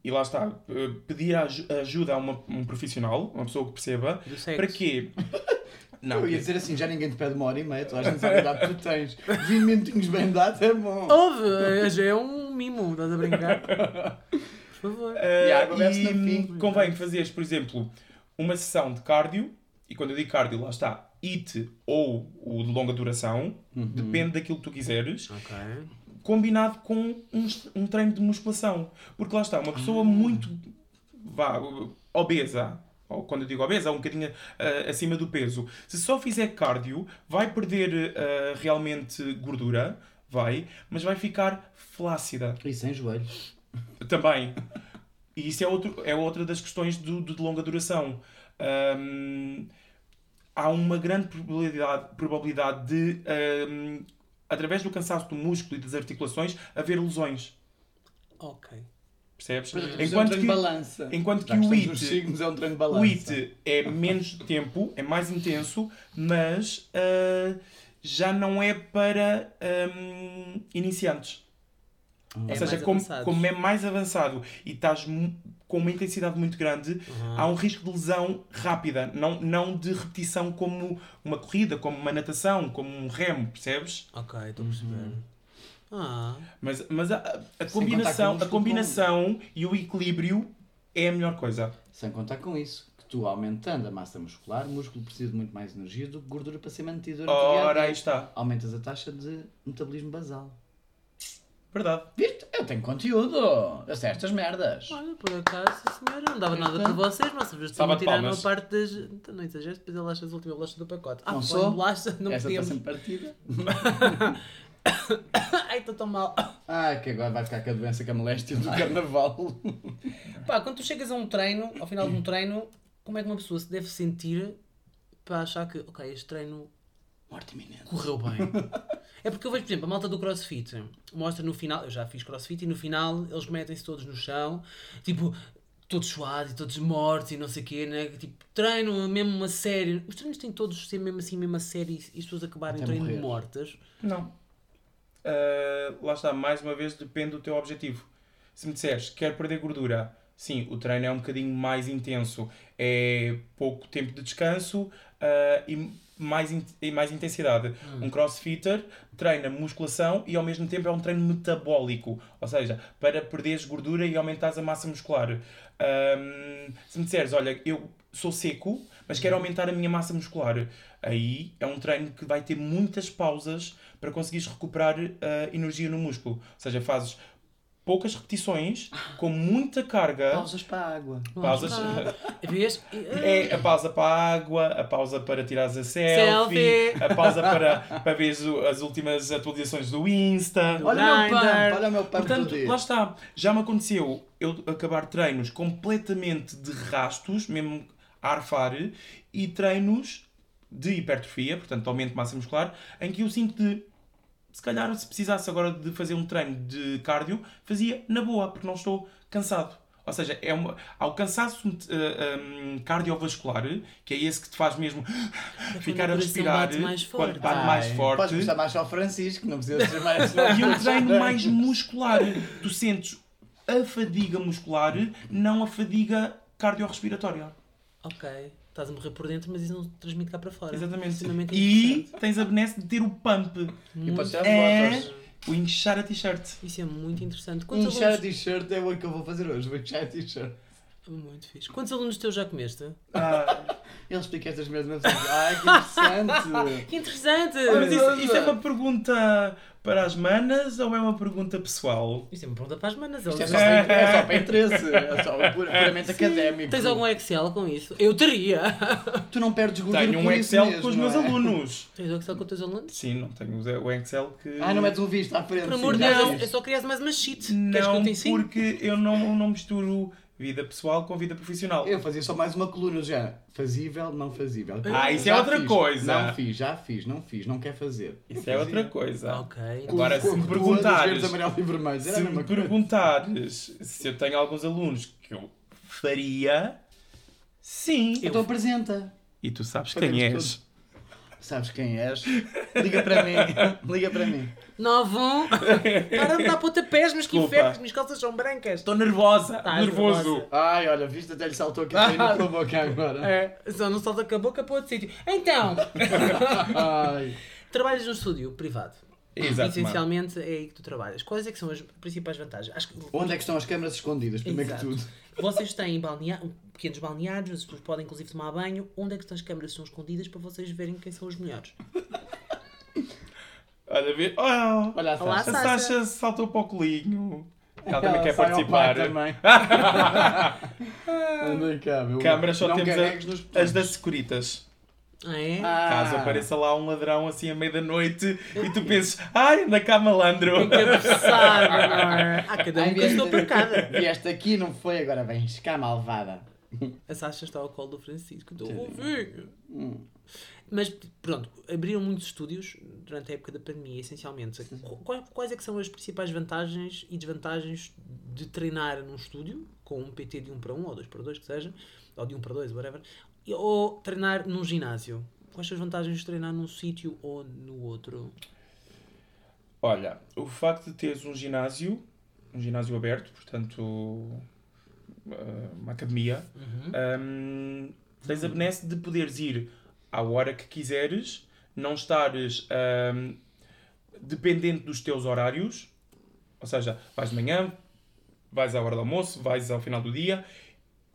e lá está, eh, pedir aju- ajuda a uma- um profissional, uma pessoa que perceba. Do sexo. Para quê? Não, Eu ia dizer assim, já ninguém te pede uma hora e meia, toda a gente sabe a idade que tu tens. 20 minutinhos bem dados é bom. Houve! é- Já é um mimo, estás a brincar? Por favor. eh, E a água bebe-se no e fim. então. convém fazeres, por exemplo, uma sessão de cardio, e quando eu digo cardio, lá está, IT ou o de longa duração, Uhum. depende daquilo que tu quiseres. Ok. combinado com um, est- um treino de musculação. Porque lá está, uma pessoa muito vá, obesa, ou quando eu digo obesa, um bocadinho ah, acima do peso, se só fizer cardio, vai perder ah, realmente gordura, vai, mas vai ficar flácida E sem joelhos. também. E isso é, outro, é outra das questões do, do de longa duração. Ahm, há uma grande probabilidade, probabilidade de ahm, através do cansaço do músculo e das articulações, haver lesões. Ok. Percebes? Enquanto é um tranco balança. enquanto Já que o estamos nos IT, signos, é um tranco o balança. IT é menos tempo, é mais intenso, mas ah, já não é para ahm, iniciantes. Ou É seja, mais como, avançados. como é mais avançado e estás mu- com uma intensidade muito grande, há um risco de lesão rápida, não, não de repetição como uma corrida, como uma natação, como um remo, percebes? Ok, estou a perceber. Uhum. Ah, Mas, mas a- a, a Sem combinação, contar a com o músculo combinação e o equilíbrio é a melhor coisa. Sem contar com isso, que tu aumentando a massa muscular, o músculo precisa de muito mais energia do que gordura para ser mantido durante o dia a Ora, aí dia. está. Aumentas a taxa de metabolismo basal. Verdade. Viste? Eu tenho conteúdo. Eu sei estas merdas. olha, por acaso, sim, senhora, não dava nada por vocês, nossa, vocês Salva estavam a de tirar palmas. uma parte das. Então, Não exageres, depois ele acha a última bolacha do pacote. Ah, Não não sou. sou? tá bolacha, não Esta está podemos. sempre partida. Ai, estou tão mal. Ai, Ah, que agora vai ficar com a doença que a moléstia do carnaval. Pá, quando tu chegas a um treino, ao final de um treino, como é que uma pessoa se deve sentir para achar que, ok, este treino Morte iminente. correu bem? É porque eu vejo, por exemplo, a malta do crossfit mostra no final, eu já fiz crossfit e no final eles metem-se todos no chão, tipo, todos suados e todos mortos e não sei o quê, né? Tipo, treino mesmo uma série. Os treinos têm todos de ser mesmo assim, mesmo a série e as pessoas acabarem Até o treino morrer. mortas. Não. Ah, lá está, mais uma vez, depende do teu objetivo. Se me disseres, quero perder gordura, sim, o treino é um bocadinho mais intenso. É pouco tempo de descanso ah, e, mais in- e mais intensidade. Um crossfitter treina musculação e ao mesmo tempo é um treino metabólico. Ou seja, para perderes gordura e aumentares a massa muscular. Ahm, se me disseres, olha, eu sou seco, mas quero aumentar a minha massa muscular. Aí é um treino que vai ter muitas pausas para conseguires recuperar ah, energia no músculo. Ou seja, fazes poucas repetições com muita carga. Pausas para a água. Pausas. Ah, Vês? É a pausa para a água, a pausa para tirares a selfie, Selfie. a pausa para, para veres o- as últimas atualizações do Insta. Olha o meu Grindr. pump, olha o meu pump Portanto, todo dia. lá está. Já me aconteceu eu acabar treinos completamente de rastos, mesmo a arfar, e treinos de hipertrofia, portanto, aumento de massa muscular, em que eu sinto de. Se calhar, se precisasse agora de fazer um treino de cardio, fazia na boa, porque não estou cansado. Ou seja, é uma, há o cansaço eh, hum, cardiovascular, que é esse que te faz mesmo ficar a coração respirar é um bate mais quando forte. bate mais Ai, forte. Podes começar mais ao Francisco, não precisa ser mais E um treino mais muscular. Tu sentes a fadiga muscular, não a fadiga cardiorrespiratória. Ok, estás a morrer por dentro, mas isso não se transmite cá para fora. é Exatamente. Extremamente E interessante. tens a benesse de ter o pump. E pode ser as É fotos. o inchar a t-shirt. Isso é muito interessante. Quantos um Inchar a alunos... t-shirt é o que eu vou fazer hoje, vou inchar a t-shirt. Muito fixe. Quantos alunos teus já comeste? Ah, Ele explica estas merdas, mas eu fico, ai que interessante. Que interessante! mas isso, isso é uma pergunta para as manas ou é uma pergunta pessoal? Isso é uma pergunta para as manas. Isto é elas- só, para, é só para interesse, é só pura- puramente académico. Tens algum Excel com isso? Eu teria! Tu não perdes gordura Tenho um por isso Excel mesmo, com os meus não é? alunos. Tens um Excel com os teus alunos? Sim, não tenho o Excel que. Ah, não metes um visto à frente. Por amor de sim, já Deus, fiz. eu só queria mais uma cheat. Queres que eu Não, te ensine? porque eu não, não misturo vida pessoal com vida profissional. Eu fazia só mais uma coluna já. Fazível, não fazível. Ah, isso é Já outra fiz. coisa. Não fiz, já fiz, não fiz, não quer fazer. Isso é outra coisa. Ok. Agora, se me perguntares, Verdes, amarelo e vermelho. Era se a me mesma coisa. perguntares se eu tenho alguns alunos que eu faria, sim. Então apresenta. E tu sabes Fazemos quem és. todos. Sabes quem és? Liga para mim. Liga para mim. 9-1. Para de dar pontapés, mas que Desculpa. inferno, as minhas calças são brancas. Estou nervosa, Estás nervoso. nervosa. Ai, olha, viste até lhe saltou aqui ah. para a boca agora. É, só não salta com a boca para outro sítio. Então, Ai. trabalhas num estúdio privado. Exato, Essencialmente é aí que tu trabalhas. Quais é que são as principais vantagens? Acho que Onde é que estão as câmaras escondidas, primeiro Exato. que tudo? Vocês têm balnea- pequenos balneários, as pessoas podem inclusive tomar banho. Onde é que as câmaras são escondidas para vocês verem quem são os melhores? Olha, vê. Oh, Olha a Olá, Sasha. a Sasha. Sasha saltou para o colinho. Ela também quer sai ao participar. par também. Andei cá, meu. Câmara só Não temos a- carregues nos as das securitas. Ah, é? Ah. Caso apareça lá um ladrão assim à meia da noite e tu penses, ai, anda cá malandro. Tem que apressar, não é? Há cada Ai, um que eu estou vieste- para cada. Vieste aqui, não foi? Agora vens cá, malvada. A Sasha está ao colo do Francisco. Estou fofinho. Mas pronto, abriram muitos estúdios durante a época da pandemia, essencialmente. Quais, quais é que são as principais vantagens e desvantagens de treinar num estúdio, com um PT de 1 para 1 ou 2 para 2 que seja, ou de 1 para 2, whatever, e- ou treinar num ginásio? Quais são as vantagens de treinar num sítio ou no outro? Olha, o facto de teres um ginásio, um ginásio aberto, portanto, eh, uma academia, Uhum. ehm, tens a benesse de poderes ir à hora que quiseres, não estares ehm, dependente dos teus horários, ou seja, vais de manhã, vais à hora do almoço, vais ao final do dia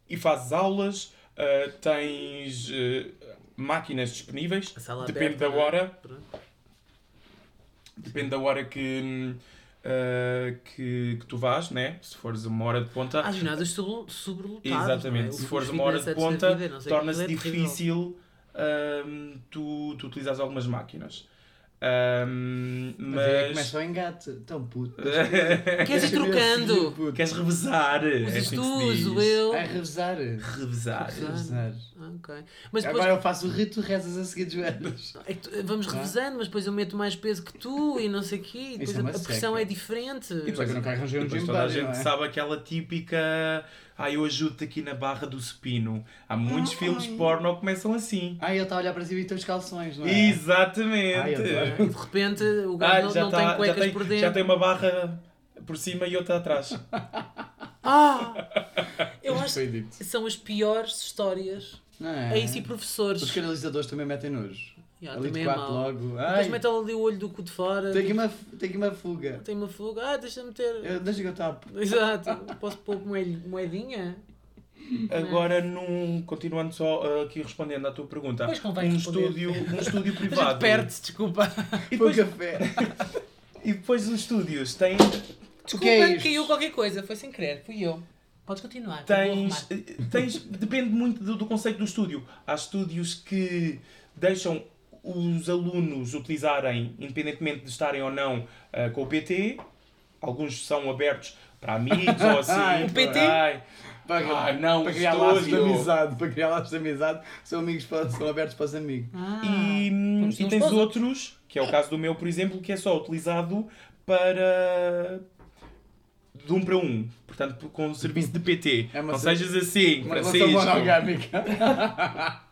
e fazes aulas, eh, tens eh, máquinas disponíveis, A sala depende aberta, da não é? hora. Pronto. Depende da hora que, hum, ah, que, que tu vás, né? Se fores uma hora de ponta. Há ginásios sobre- sobrelotados. não é? exatamente. Os- Se os fores uma hora de fitness sets da ponta, vida, não sei o que, torna-se aquilo é terrível. difícil hum, tu, tu utilizares algumas máquinas. Hum, Mas aí é mas. começa o engate. Então, puto. Queres É ir trocando? Queres revezar? é Usas assim que tu, se diz. uso eu. A revezar. Revezar. Revezar. Ah, ok. Mas depois Agora Ah. eu faço o rito, rezas a seguir de joelhos. é que tu- vamos revisando, mas depois eu meto mais peso que tu e não sei o quê. E Isso depois é a, uma a pressão seca. é diferente. E depois eu nunca arranjei um Depois gym toda a buddy, gente não é? sabe aquela típica. Ah, eu ajudo-te aqui na barra do supino. Há muitos Ah, Ai. filmes porno que começam assim. Ah, ele está a olhar para cima e tem os calções, não é? Exatamente. Ai, adoro. é? E de repente o Ah, gajo já, não, não tá- tem já, cuecas tem, por já dentro. tem uma barra por cima e outra atrás. Ah! Eu Isto acho foi dito. que são as piores histórias. Não é? É isso e professores. Os canalizadores também metem nojo. Yeah, Ali de também é quatro mau. logo. Depois Ai, metem ali o olho do cu de fora. tem aqui uma, tem aqui uma fuga. Tem uma fuga. Ah, deixa-me ter. Eu- Deixa que eu tapo. Exato. Posso pôr moed- moedinha? é? Agora, num, continuando só ah, aqui respondendo à tua pergunta, Pois convém um responder. estúdio, um estúdio A gente privado. perde-se, desculpa. E Põe depois, café. e depois os estúdios têm, O Desculpa, que é isto? caiu qualquer coisa, foi sem querer, fui eu. Podes continuar. eu vou tens, eh, arrumar. tens depende muito do, do conceito do estúdio. Há estúdios que deixam os alunos utilizarem, independentemente de estarem ou não ah, com o PT. Alguns são abertos para amigos ou assim. Ai, O PT? Ai, Para, Ah, não, para criar estúdio. laços de amizade. Para criar laços de amizade, são, amigos para- são abertos para os amigos. Ah, E, hum, vamos e ter uns tens para os outros, que é o caso do meu, por exemplo, que é só utilizado para. de um para um. Portanto, com o serviço de PT. É uma não se- sejas assim, Uma relação Francisco. monogâmica. Ah,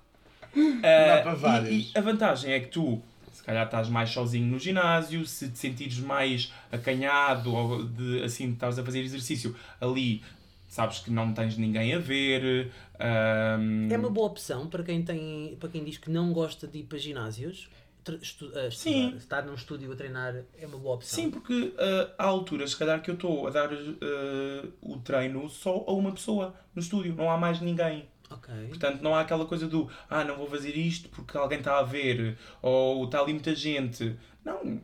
dá para várias. e, e a vantagem é que tu, se calhar, estás mais sozinho no ginásio, se te sentires mais acanhado ou de, assim, estás a fazer exercício ali. Sabes que não tens ninguém a ver. hum, ahm, É uma boa opção para quem, tem, para quem diz que não gosta de ir para ginásios. tre- estu- a estudar, Sim. Estar num estúdio a treinar é uma boa opção. Sim, porque ah, há alturas, se calhar, que eu estou a dar ah, o treino só a uma pessoa no estúdio, não há mais ninguém. Ok. Portanto, não há aquela coisa do ah, não vou fazer isto porque alguém está a ver ou está ali muita gente. Não.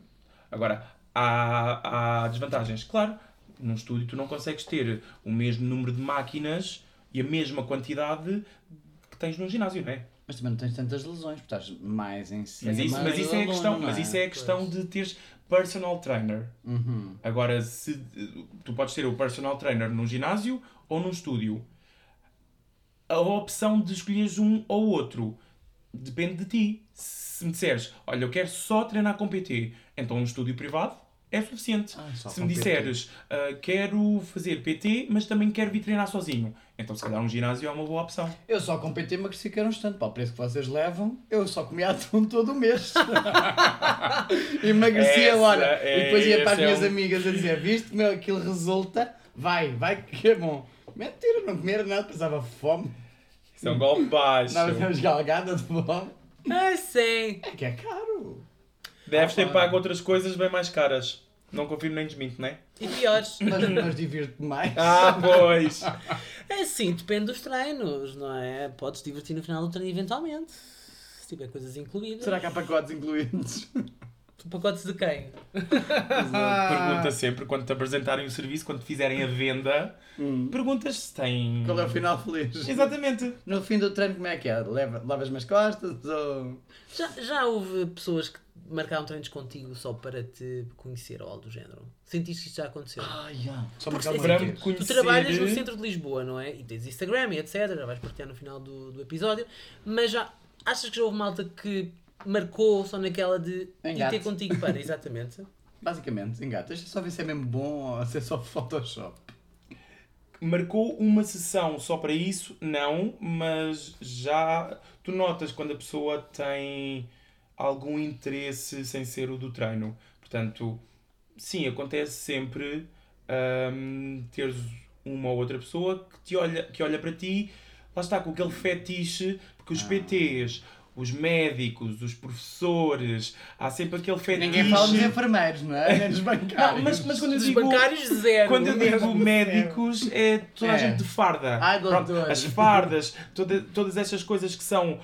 Agora, há, há desvantagens. Claro, num estúdio tu não consegues ter o mesmo número de máquinas e a mesma quantidade que tens num ginásio, não é? Mas também não tens tantas lesões, porque estás mais em cima. Mas isso, mas do isso é a aluno, questão, não mas isso é a questão de teres personal trainer. Uhum. Agora, se tu podes ter o personal trainer num ginásio ou num estúdio, a opção de escolheres um ou outro depende de ti. Se me disseres, olha, eu quero só treinar com PT, então um estúdio privado é suficiente. Ah, só se com me disseres, "Ah, quero fazer PT, mas também quero vir treinar sozinho, então se calhar um ginásio é uma boa opção. Eu só competi mas cresci que era um instante. Para o preço que vocês levam, eu só comia atum todo o mês. Emagrecia, Essa olha. é- e depois ia para as esse é minhas um- amigas a dizer: Viste como aquilo resulta? Vai, vai que é bom. Mentira, não comia nada, passava fome. Isso é um golpe baixo. Nós temos galgada de fome. Ah, sim. É que é caro. Deves ter Ah, pago outras coisas bem mais caras. Não confirmo nem desminto, não é? E piores. Mas, mas divirto-me mais. Ah, pois! É sim, depende dos treinos, não é? Podes divertir no final do treino eventualmente. Se tiver coisas incluídas. Será que há pacotes incluídos? Pacotes de quem? Ah. Pergunta sempre, quando te apresentarem o serviço, quando te fizerem a venda, Hum. perguntas se têm. Qual é o final feliz? Exatamente. No fim do treino, como é que é? Leva, lavas-me as costas ou. Já, já houve pessoas que marcaram treinos contigo só para te conhecer ou algo do género? Sentiste que isto já aconteceu? Ah, já. Porque marcar se- uma Para vez. me conhecer. Tu trabalhas no centro de Lisboa, não é? E tens Instagram e etc. Já vais partilhar no final do, do episódio. Mas já achas que já houve malta que marcou só naquela de ir Engate. ter contigo para, exatamente? Basicamente, engata. Deixa só ver se é mesmo bom ou se é só Photoshop. Marcou uma sessão só para isso? Não, mas já. Tu notas quando a pessoa tem algum interesse sem ser o do treino. Portanto, sim, acontece sempre hum, teres uma ou outra pessoa que, te olha, que olha para ti, lá está com aquele fetiche, porque Ah. os PTs. Os médicos, os professores, há sempre aquele fetiche. Ninguém fala dos enfermeiros, não é? Nem dos bancários. Não, mas, mas quando eu Dos digo, bancários, zero. quando eu digo médicos, é toda a É. gente de farda. Ai, doutor. as fardas, toda- todas estas coisas que são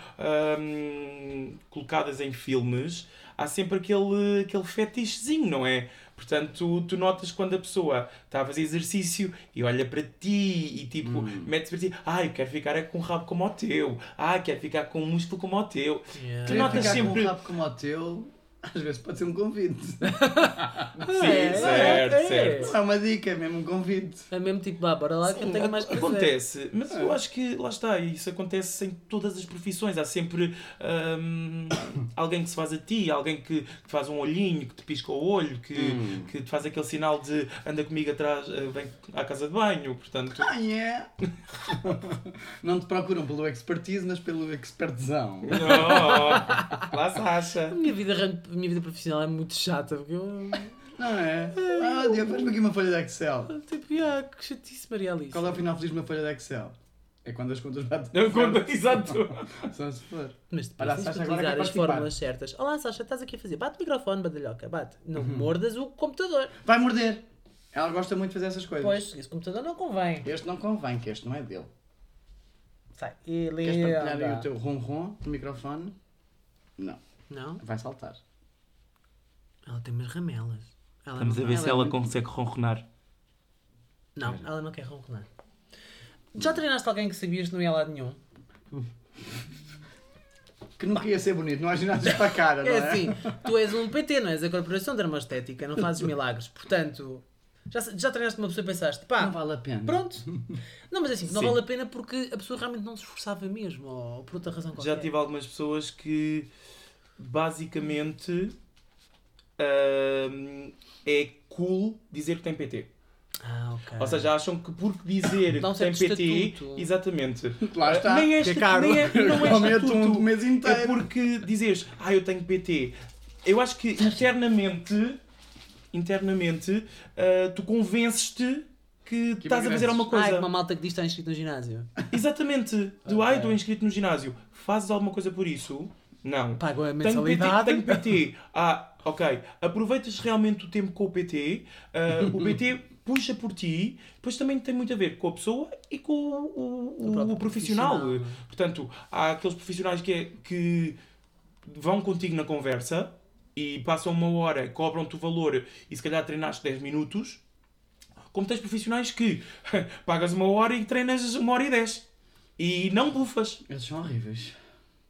hum, colocadas em filmes, há sempre aquele, aquele fetichezinho, não é? Portanto, tu, tu notas quando a pessoa está a fazer exercício e olha para ti e tipo, mete-se para ti, ai, eu quero ficar é com um rabo como o teu, ai, quero ficar com um músculo como o teu. Yeah. Tu Querer notas ficar sempre- Com um rabo como o teu, às vezes pode ser um convite. Sim, é, certo, é. certo. Não é uma dica, é mesmo um convite. É mesmo tipo, vá, bora lá que eu tenho mais que fazer. acontece, mas eu acho que lá está, isso acontece em todas as profissões. Há sempre hum, alguém que se faz a ti, alguém que, que faz um olhinho, que te pisca o olho, que, que te faz aquele sinal de anda comigo atrás, eh, vem à casa de banho. Portanto, Ah, é? Não te procuram pelo expertise, mas pelo expertzão. oh, lá se A acha. minha vida, ran- a minha vida profissional é muito chata, porque eu... Não é? Ah, Diogo, faz-me aqui uma folha de Excel. Tipo, yeah, que chatice, Maria Alice. Qual é o final feliz de uma folha de Excel? É quando as contas batem. Eu conto- exato. Só se for. Mas depois Olha, a tens Sasha de agora utilizar quer as participar. fórmulas certas. Olá, Sasha, estás aqui a fazer. Bate o microfone, badalhoca, bate. Não Uhum. mordas o computador. Vai morder. Ela gosta muito de fazer essas coisas. Pois, esse computador não convém. Este não convém, que este não é dele. Sai. Queres Ele partilhar aí anda. o teu ronron no microfone? Não. Não? Vai saltar. Ela tem umas ramelas. Ela Vamos não... a ver se ela ela é muito- consegue ronronar. Não, ela não quer ronronar. Já treinaste alguém que sabias que não ia a lado nenhum? Que nunca ia ser bonito, não há ginásios para a cara, não É é? assim, tu és um PT, não és a Corporação de Dermostética, não fazes milagres. Portanto, já, já treinaste uma pessoa e pensaste, pá, Não vale a pena. pronto. Não, mas é assim, não Sim. vale a pena porque a pessoa realmente não se esforçava mesmo, ou por outra razão qualquer. Já tive algumas pessoas que basicamente hum, é cool dizer que tem PT. Ah, ok. Ou seja, acham que por dizer Dá um que tem certo PT, estatuto. exatamente. Lá está. Nem é, que é estatu- caro. Nem é, não é Realmente um estatuto. mês inteiro. É porque dizeres, ah, eu tenho PT. Eu acho que internamente, internamente, ah, tu convences-te que, estás a emagreces. fazer alguma Ah, é coisa. uma malta que diz que está inscrito no ginásio. Exatamente. Do, ai, estou inscrito no ginásio. Fazes alguma coisa por isso? Não. Pagam a Tenho PT, mensalidade. tenho PT. Ah, ok. Aproveitas realmente o tempo com o PT. ah, o PT puxa por ti, pois também tem muito a ver com a pessoa e com o, o- O próprio o profissional, profissional. não Portanto, há aqueles profissionais que, é- que vão contigo na conversa e passam uma hora, cobram-te o valor e se calhar treinaste 10 minutos. Como tens profissionais que pagas uma hora e treinas uma hora e 10. E não bufas. Eles são horríveis.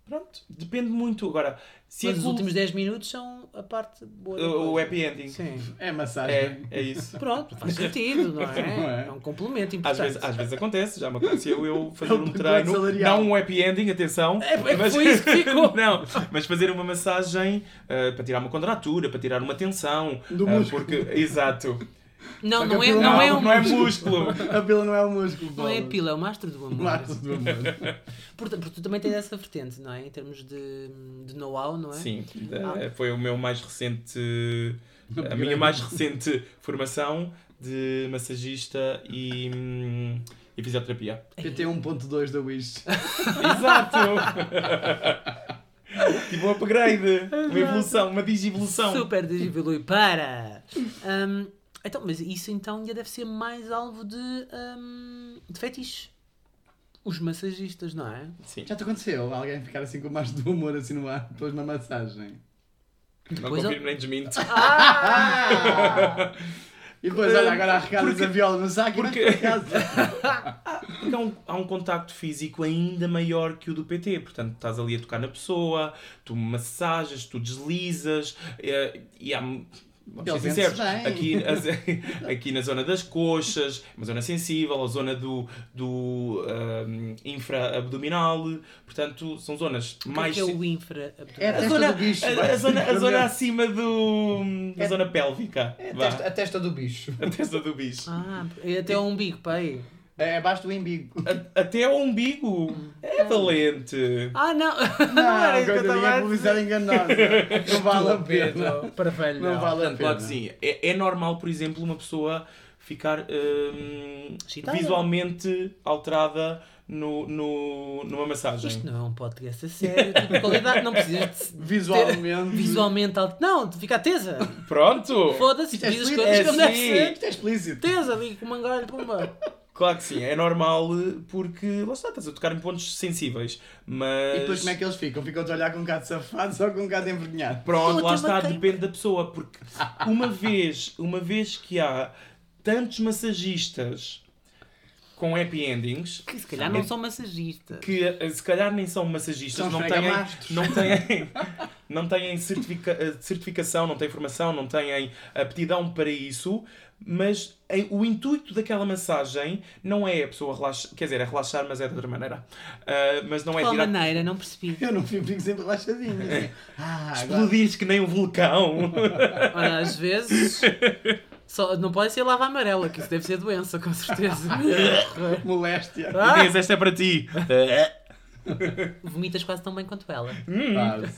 Pronto, depende muito. Agora, se Mas é os cul- últimos 10 minutos são a parte boa. da o, o coisa. happy ending. Sim. É É, massagem. é isso. Pronto, faz sentido, não Não é? é? É um complemento importante. Às vezes, às vezes acontece, já me aconteceu eu fazer É um um pacote treino, salarial. não um happy ending, atenção. É, é que foi isso que ficou. Não, mas fazer uma massagem ah, para tirar uma contratura, para tirar uma tensão. Do ah, músculo. porque, exato. Não, Só que não é, aquilo não é não, um. não é músculo. A pila não é o músculo, é Não é a bolas. pila, é o mastro do amor. Março do amor. Porta- Porque tu também tens essa vertente, não é? Em termos de, de know-how, não é? Sim, da- foi o meu mais recente. A minha Upgrade. mais recente formação de massagista e, hum, e fisioterapia. PT 1.2 da Wish. Exato! tipo um upgrade, uma evolução, uma digievolução. Super digivolui para! Hum, então, mas isso então já deve ser mais alvo de, hum, de fetiche. Os massagistas, não é? Sim. Já te aconteceu alguém ficar assim com o macho do amor assim no ar depois de uma massagem? Não Pois é. confirmo nem desminto. E depois olha, agora arrecadas a viola no saco porque- e vais para casa. Porque há um, há um contacto físico ainda maior que o do PT. Portanto, estás ali a tocar na pessoa, tu massagens, tu deslizas eh, e há. Vamos ser Eles sinceros, entram-se aqui, as- aqui na zona das coxas, é uma zona sensível, a zona do, do ahm, infra-abdominal, portanto, são zonas Mais mais. que é o infra É a a testa zona, do bicho. a, a vai. zona, a zona assim, acima do. da zona pélvica. É a vá. testa, a testa do bicho. A testa do bicho. Ah, é até o umbigo, pai. É abaixo do embigo. A- até ao umbigo. É valente. Ah, não! Não, Não, era isso que eu coitadinha, estava a publicidade dizer. enganosa. Não vale a pena. Para velho. Não vale a Portanto, claro que pena. sim. É, é normal, por exemplo, uma pessoa ficar hum, Excitada. visualmente alterada no, no- numa massagem. Isto não é um podcast a sério, tipo, de qualidade, não precisas de Visualmente. visualmente alto. Não, de ficar tesa. Pronto! Foda-se, Isto é diz as explícito. coisas Isto como deve sim. ser. é explícito. Tesa ali com o mangalho, pumba. Claro que sim, é normal porque lá está, estás a tocar em pontos sensíveis. Mas. E depois como é que eles ficam? Ficam-te a olhar com um bocado safado, só com um bocado envergonhado. Pronto, Eu também lá está, tenho. depende da pessoa, porque uma vez, uma vez que há tantos massagistas com happy endings, Que se calhar não são massagistas. que eh, se calhar nem são massagistas, São não têm, fregamastros. não têm, não têm certifica- eh, certificação, não têm formação, não têm aptidão para isso, mas eh, o intuito daquela massagem não é a pessoa relaxar, quer dizer, é relaxar, mas é de outra maneira. Ah, mas não é De qual tirar, maneira? Não percebi. Eu não fico, fico sempre relaxadinho. assim. Ah, agora... explodir que nem um vulcão. Ora, às vezes. Só, não pode ser lava amarela, que isso deve ser doença, com certeza. Moléstia. Ah, Inês, esta é para ti. vomitas quase tão bem quanto ela. Hum. Quase.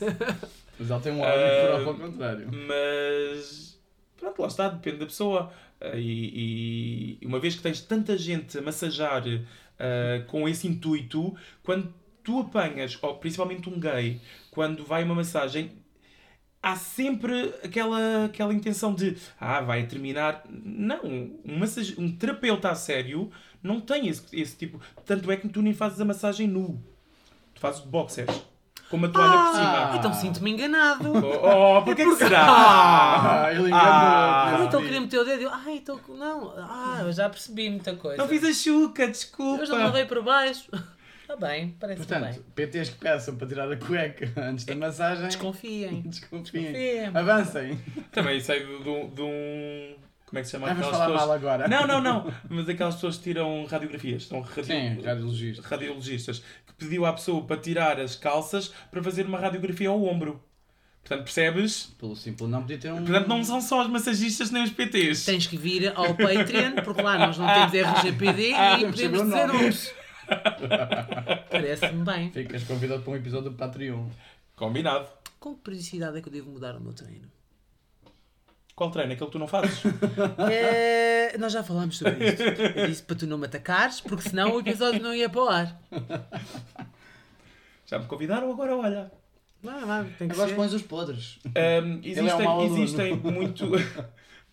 Mas ela tem um Ah, óbvio prova ao contrário. Mas pronto, lá está, depende da pessoa. Ah, E, e uma vez que tens tanta gente a massajar ah, com esse intuito, quando tu apanhas, ou principalmente um gay, quando vai uma massagem, há sempre aquela, aquela intenção de ah, vai terminar. Não, um, massage... um terapeuta a sério não tem esse, esse tipo. Tanto é que tu nem fazes a massagem nu, tu fazes de boxers, com uma toalha por cima. Ah, então sinto-me enganado. Oh, oh porquê que será? Ah, ele Ah. Eu enganou. então queria meter o dedo. Eu, ai, estou. com- Não, ah, eu já percebi muita coisa. Não fiz a chuca, desculpa. Eu já morrei por baixo. Está bem, parece tá Portanto, bem. PTs que peçam para tirar a cueca antes da massagem. Desconfiem. Desconfiem. Desconfiem. Avancem. Também sei de, de- de um. Como é que se chama Ah, vamos aquelas falar mal pessoas? agora. Não, não, não. Mas aquelas pessoas que tiram radiografias. São radio- Sim, radiologista. radiologistas. Que pediu à pessoa para tirar as calças para fazer uma radiografia ao ombro. Portanto, percebes? Pelo simples não podia ter um. Portanto, não são só os massagistas nem os PTs. Tens que vir ao Patreon, porque lá nós não temos RGPD e não percebi podemos o dizer nome. nomes. Parece-me bem. Ficas convidado para um episódio do Patreon. Combinado. Com que periodicidade é que eu devo mudar o meu treino? Qual treino? Aquele que tu não fazes? É, nós já falámos sobre isto. Eu disse para tu não me atacares, porque senão o episódio não ia para o ar. Já me convidaram, agora olha. Vai, vai, tem que Agora ser. pões os podres. Um, Ele é um existem, mau aluno. existem muito,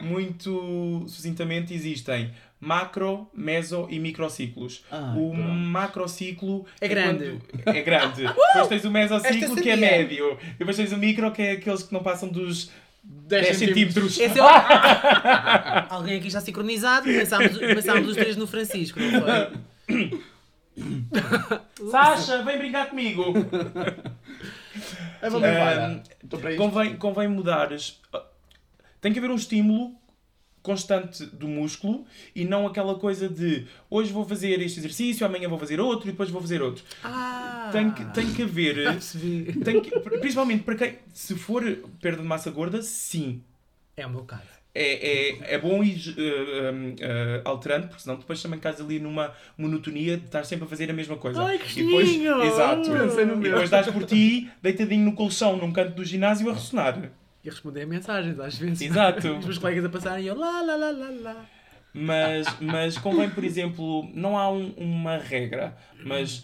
muito sucintamente existem macro, meso e microciclos. Ah, o pronto. macrociclo É grande. quando- é grande. depois tens o mesociclo Esta que é sabia. médio. E depois tens o micro que é aqueles que não passam dos 10, 10 centímetros. Esse é o- Alguém aqui está sincronizado? Pensámos, pensámos os três no Francisco, não foi? Sasha, vem brincar comigo. É, vamos embora. Ahm, Estou para isto. Ehm, convém, convém mudares. Tem que haver um estímulo constante do músculo e não aquela coisa de hoje vou fazer este exercício, amanhã vou fazer outro e depois vou fazer outro. Ah! Tem que, tem que haver. eh, Percebi. Tem que, principalmente para quem. Se for perda de massa gorda, sim. É o meu caso. É, é, é bom ir eh, um, eh, alterando, porque senão depois também estás ali numa monotonia de estar sempre a fazer a mesma coisa. Ai, que E depois, chininho! Exato. Pensei no E meu. depois estás por ti, deitadinho no colchão, num canto do ginásio, a ressonar. E responder a mensagens às vezes. Exato. Os meus colegas a passarem e eu lá, lá, lá, lá, lá. Mas, mas convém, por exemplo, não há um- uma regra, mas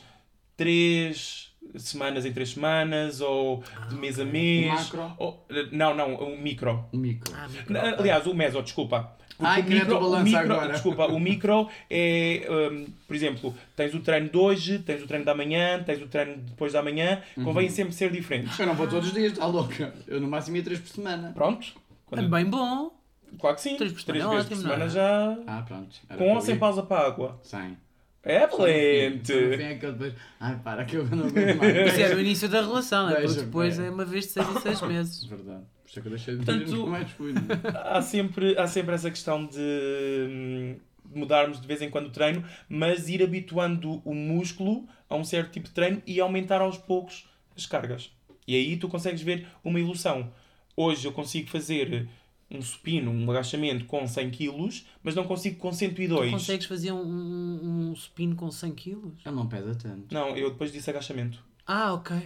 três semanas em três semanas, ou de mês a mês. Ah, um Macro? ou- não, não, um micro. Micro. Ah, micro. Na- Aliás, o meso, desculpa. Porque Ai, o que neto micro, o balança micro, agora. desculpa, o micro é, hum, por exemplo, tens o treino de hoje, tens o treino da manhã, tens o treino depois da manhã, Uhum. convém sempre ser diferentes. Eu não vou todos os dias, está louca. Eu no máximo ia três por semana. Pronto? Quando- É bem bom. Claro que sim, Três três, por semana é vezes por ótimo, não semana é? já. Ah, pronto. Era Com o que ou eu sem ia. pausa para a água. Sem. É Só no fim, só no fim valente! é que eu depois. Ai, para, que eu não aguento mais. Isso é o início da relação, é porque Deixa-me, depois é. é uma vez de seis em seis meses. Verdade. Por isso é que eu deixei de Portanto, Portanto, nunca mais fui. Há sempre, há sempre essa questão de hum, mudarmos de vez em quando o treino, mas ir habituando o músculo a um certo tipo de treino e aumentar aos poucos as cargas. E aí tu consegues ver uma ilusão. Hoje eu consigo fazer um supino, um agachamento com 100 kg, mas não consigo com 102. Consegues fazer um, um, um supino com 100 quilos? Ele não pesa tanto. Não, eu depois disse agachamento. Ah, ok.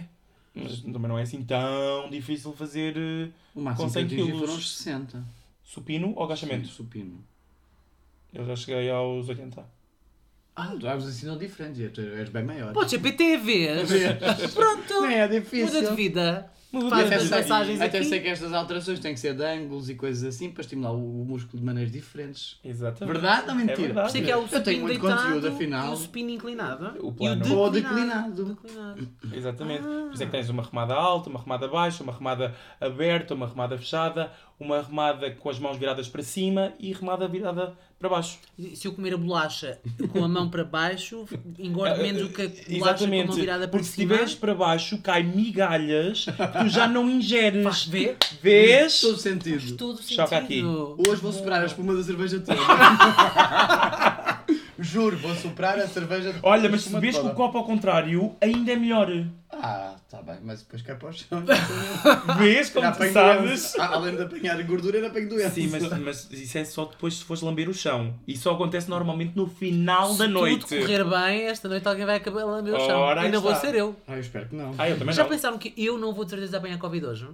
Mas também não é assim tão difícil fazer eh, O máximo Com que eu 100 atingi quilos. foram uns 60. supino ou agachamento. Sim, Supino. Eu já cheguei aos 80. Ah, tu eras assim não diferente. e tu És bem maior. Podes ser PTVs. Pronto. Não é Muda de difícil. vida. Muda Faz de as vida. massagens Até aqui. sei que estas alterações têm que ser de ângulos e coisas assim para estimular o o músculo de maneiras diferentes. Exatamente. Verdade ou mentira? É Por verdade. isso é que há o Eu tenho supino muito deitado conteúdo, afinal. e o supino inclinado. O plano. E o Ou declinado. declinado. Declinado. Exatamente. Ah. Por isso é que tens uma remada alta, uma remada baixa, uma remada aberta, uma remada fechada, uma remada com as mãos viradas para cima e remada virada para baixo. E Se eu comer a bolacha com a mão para baixo, engordo menos do que a bolacha com a mão virada para Ah, Porque se cima. estiveres para baixo, cai migalhas que tu já não Faz ingeres. ver Vês? Todo sentido. todo sentido. Choca aqui. Hoje vou soprar a espuma da cerveja toda. Juro, vou soprar a cerveja toda. Olha, mas A se espuma vês com toda. o copo ao contrário, ainda é melhor. Ah, tá bem, mas depois cai para o chão. Vês Era como tu apanho sabes? doença. Ah, Além de apanhar gordura, era apanho doença. Sim, mas, mas isso é só depois se fores lamber o chão. Isso só acontece normalmente no final da noite. Se tudo correr bem, esta noite alguém vai acabar a lamber o chão. Ora, aí Ainda vou está. ser eu. Ah, eu espero que não. Ah, eu também Já não. pensaram que eu não vou de certeza apanhar Covid hoje?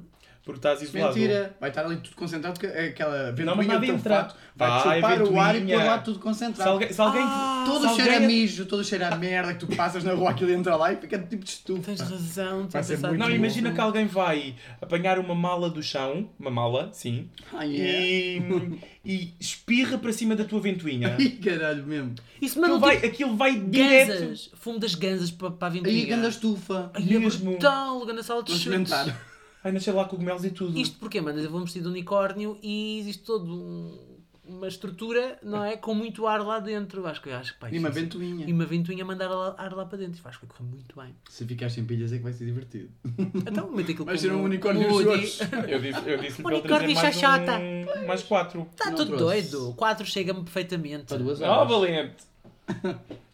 Porque estás é isolado. Mentira, vai estar ali tudo concentrado, que é aquela Não, mas ventoinha vai do teu entrar. fato vai, Vai, chupar o ar e ventoinha. pôr lá tudo Se concentrado. alguém, se alguém, Ah, Todo se o cheiro a alguém- mijo, todo o cheiro a merda que tu passas na rua, aquilo entra lá e fica tipo de estufa. Ah, Tens razão, Vai tens ser pensado. muito Não, bom. imagina que alguém vai apanhar uma mala do chão, uma mala, sim, Ai, é. e, e espirra para cima da tua ventoinha. Ai, caralho mesmo. Isso Aquilo mandou vai, tipo aquilo vai direto. ganzas. Fumo das ganzas para, para a Aí, ventoinha. grande estufa. Ai, é mesmo. brutal, ganda sala de Vamos chutes. experimentar. Ai, nasceu lá cogumelos e Hum. tudo. Isto porquê, mano? Eu vou vestido de unicórnio e existe toda um, uma estrutura, não é? Com muito ar lá dentro. Acho que acho que pá, E isso- é assim. uma ventoinha. E uma ventoinha mandar lá- ar lá para dentro. Isto Acho que vai correr muito bem. Se ficares sem pilhas é que vai ser divertido. Então, mete aquilo Vai com ser um o- unicórnio o Woody. xoxo. Eu disse, eu disse Unicórnio chachota. um, mais quatro. Está Não Tá tudo trouxe. doido. 4 chega-me perfeitamente. Para duas Oh, horas. valente.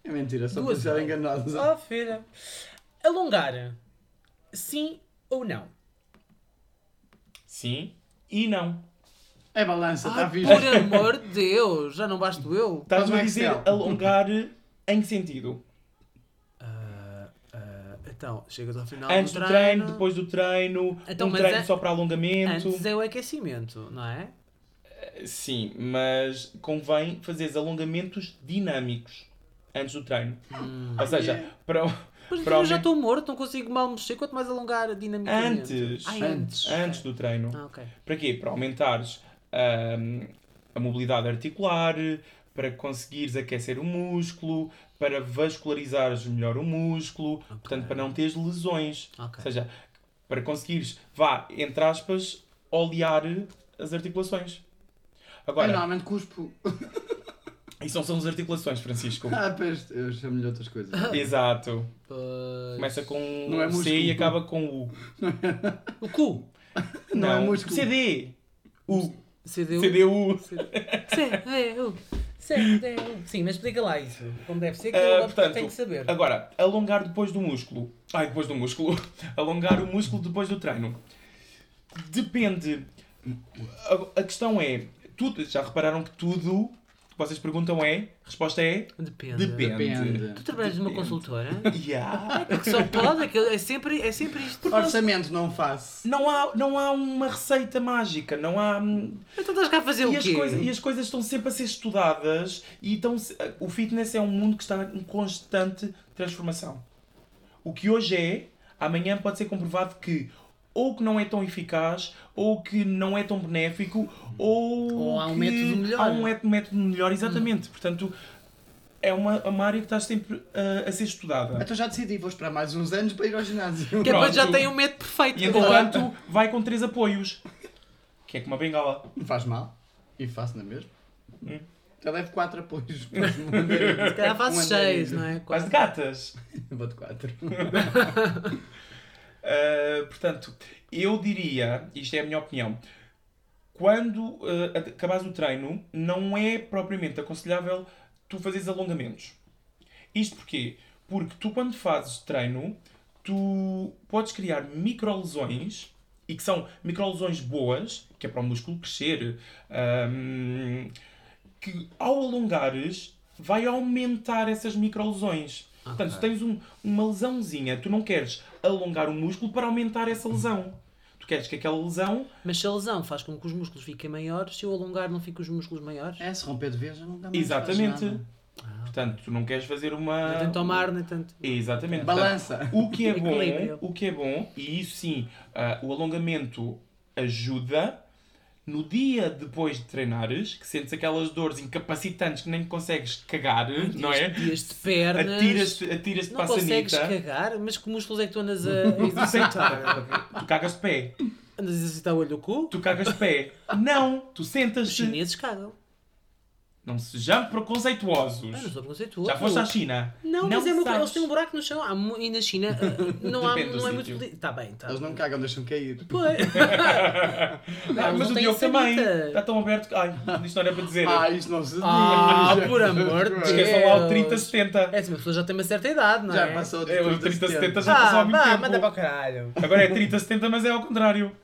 É mentira, só Ah. para Duas ser horas. enganados. Oh, filha. Alongar. Sim ou não? Sim e não. É balança, está Ai, fixe. por amor de Deus, já não basto eu. Estás Faz um a dizer Excel. alongar em que sentido? Ah, ah, então, chegas ao final Antes do treino, depois do treino, Então, um mas treino a- só para alongamento. Antes é o aquecimento, não é? Sim, mas convém fazeres alongamentos dinâmicos antes do treino. Hum. Ou seja, para, o- Pois para eu já aumen- estou morto, não consigo mal mexer, quanto mais alongar dinamicamente. Antes. Ai, antes. antes do treino. Ah, ok. Para quê? Para aumentares ahm, a mobilidade articular, para conseguires aquecer o músculo, para vascularizares melhor o músculo, portanto, para não teres lesões. Ok. Ou seja, para conseguires, vá, entre aspas, olear as articulações. Eu Agora, normalmente cuspo. isso não são as articulações, Francisco. Ah, pois, eu chamo-lhe outras coisas. Exato. Pois. Começa com Não é o C músculo. e acaba com U. O cu. Não é músculo. CD. U. CDU. CDU. CDU. CDU. Sim, mas explica lá isso. Como deve ser, que Ah, eu portanto, tenho que saber. Agora, alongar depois do músculo. Ai, depois do músculo. Alongar o músculo depois do treino. Depende. A, a questão é. Tudo, já repararam que tudo que vocês perguntam é. Resposta é. Depende. Depende. Tu Depende. trabalhas numa Depende. consultora? Yeah. É que só pode, é, que é, sempre, é sempre isto. Porque nós- Orçamento não faço. Não há, não há uma receita mágica, não há. hum, Então estás cá a É fazer e, o as quê? coisas, e as coisas estão sempre a ser estudadas e estão, se- o fitness é um mundo que está em constante transformação. O que hoje é, amanhã pode ser comprovado que ou que não é tão eficaz, ou que não é tão benéfico, ou, Ou há um que método melhor. há um et- método melhor, exatamente. Portanto, é uma, uma área que está sempre ah, a ser estudada. Então já decidi, vou esperar mais uns anos para ir ao ginásio. Que depois já Pronto. tem um método perfeito. E entretanto, vai com três apoios. Que é como uma bengala. Faz mal. E faço na mesma. Hum. Já levo 4 apoios. Mas um andarilho. Se calhar Um fazes andarilho. seis, não é? Quase de Quase. gatas. Vou de 4. Uh, portanto, eu diria, isto é a minha opinião, quando uh, ad- acabares o treino, não é propriamente aconselhável tu fazeres alongamentos. Isto porquê? Porque tu, quando fazes treino, tu podes criar microlesões e que são microlesões boas, que é para o músculo crescer, um, que ao alongares vai aumentar essas microlesões. Portanto, se tens um- uma lesãozinha, tu não queres alongar o músculo para aumentar Hum. essa lesão. Tu queres que aquela lesão Mas se a lesão faz com que os músculos fiquem maiores, se eu alongar não fico os músculos maiores. É, se romper de vez, já nunca mais Exatamente. faz nada. Portanto, tu não queres fazer uma. Nem tanto ao mar, nem tanto. Exatamente. Balança. Portanto, o que é Equilíbrio. bom, o que é bom, e isso sim, ah, o alongamento ajuda no dia depois de treinares, que sentes aquelas dores incapacitantes que nem consegues cagar, não é? Dias de pernas. Atiras-te atiras para Não a consegues sanita. cagar, mas que músculos é que tu andas a exercitar? Tu cagas de pé. andas a exercitar o olho do cu? Tu cagas de pé. Não, tu Os sentas-te. chineses cagam. Não sejam preconceituosos. Ah, não sou preconceituoso. Já foste à China? Não, mas é uma coisa. sabes. Eles têm um buraco no chão. Há mu- e na China ah, não, há, Depende do não é sítio. muito. Está bem, está. Eles não cagam, deixam cair. Pois. Ah, Eles mas não o têm Diogo também. sanita. Está tão aberto. que- Ai, isto não era para dizer. Ah, isto não se diz. Ah, por amor de Deus. Esqueçam lá Deus. o 30-70. É assim, uma pessoa já tem uma certa idade, não é? Já passou de É, o 30-70. 30-70 já passou Ah, há muito vá, tempo. manda para o caralho. Agora é 30-70, mas é ao contrário.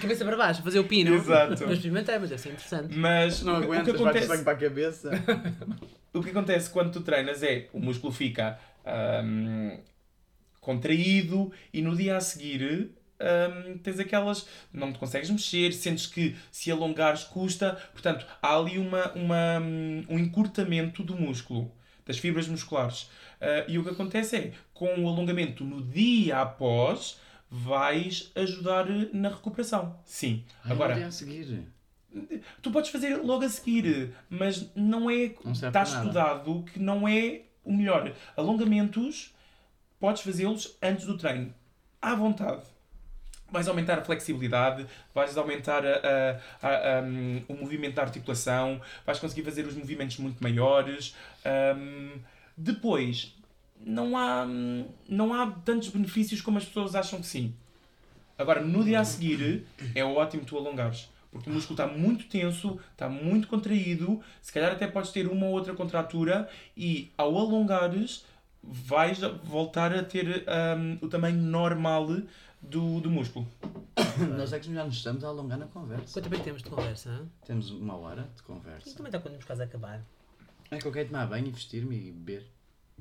Cabeça para baixo, fazer o pino. Exato. Mas experimentei, mas deve ser interessante. Mas Não o, que- o que aguentas, vai acontece, sangue para a cabeça. o que acontece quando tu treinas é o músculo fica ahm, contraído e no dia a seguir ahm, tens aquelas. não te consegues mexer, sentes que se alongares custa. Portanto, há ali uma, uma, hum, um encurtamento do músculo, das fibras musculares. Ah, e o que acontece é com o alongamento no dia após. Vais ajudar na recuperação. Sim. Agora. é Agora, a seguir. Tu podes fazer logo a seguir, mas não é. Não serve está para nada. estudado que não é o melhor. Alongamentos podes fazê-los antes do treino, à vontade. Vais aumentar a flexibilidade, vais aumentar a- a- a- a, hum, o movimento da articulação, vais conseguir fazer os movimentos muito maiores. Hum, depois, não há, hum, não há tantos benefícios como as pessoas acham que sim. Agora, no dia a seguir, é ótimo tu alongares. Porque o músculo está muito tenso, está muito contraído, se calhar até podes ter uma ou outra contratura e ao alongares vais voltar a ter hum, o tamanho normal do, do músculo. Nós é que já nos estamos a alongar na conversa. Quanto tempo é que temos de conversa? hã? Temos uma hora de Isto conversa. também está quando nos quase a acabar. É que eu quero tomar banho, e vestir-me e beber.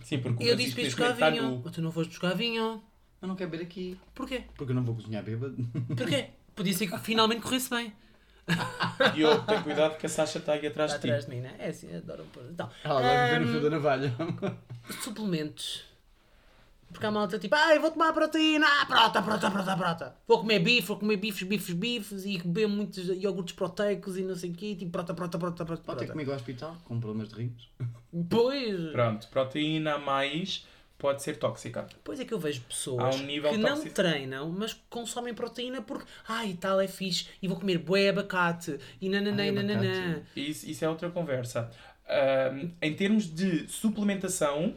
Sim, porque Eu um. disse para ir buscar está vinho. nu. Mas tu Então não foste buscar vinho. Eu não quero beber aqui. Porquê? Porque eu não vou cozinhar bêbado. Porquê? Podia ser que finalmente corresse bem. Diogo, tem cuidado que a Sasha está aí atrás Está de ti. atrás de mim, né? É assim, adoro. pôr- Então, Ah, Ela vai beber no fio hum, da navalha. suplementos. Porque há malta tipo, ai, vou tomar proteína, ah, prota, prota, prota, prota. Vou comer bife, vou comer bifes, bifes, bifes e beber muitos iogurtes proteicos e não sei o quê, tipo, prota, prota, prota, prota. Pode ter prota. comigo ao hospital, com problemas de rins. Pois, Pronto, proteína a mais pode ser tóxica. pois é que eu vejo Há pessoas um nível que não tóxico. treinam, mas consomem proteína porque, ai, tal é fixe e vou comer bué abacate e nananã Ai, e nananã. abacate. Isso, isso é outra conversa. Ahm, em termos de suplementação,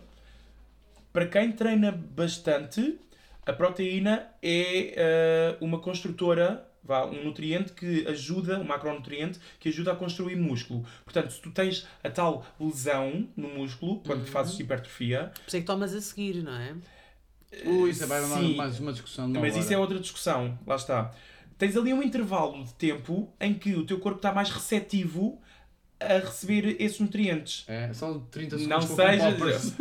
para quem treina bastante, a proteína é ah, uma construtora, vá, um nutriente que ajuda, um macronutriente, que ajuda a construir músculo. Portanto, se tu tens a tal lesão no músculo, quando fazes hipertrofia, Por isso é que tomas a seguir, não é? Ui, isso vai Uh, sim. mais, mais uma discussão de uma Mas isso é hora. outra discussão, lá está. Tens ali um intervalo de tempo em que o teu corpo está mais receptivo a receber esses nutrientes. É, são 30 Não segundos com poppers. sejas.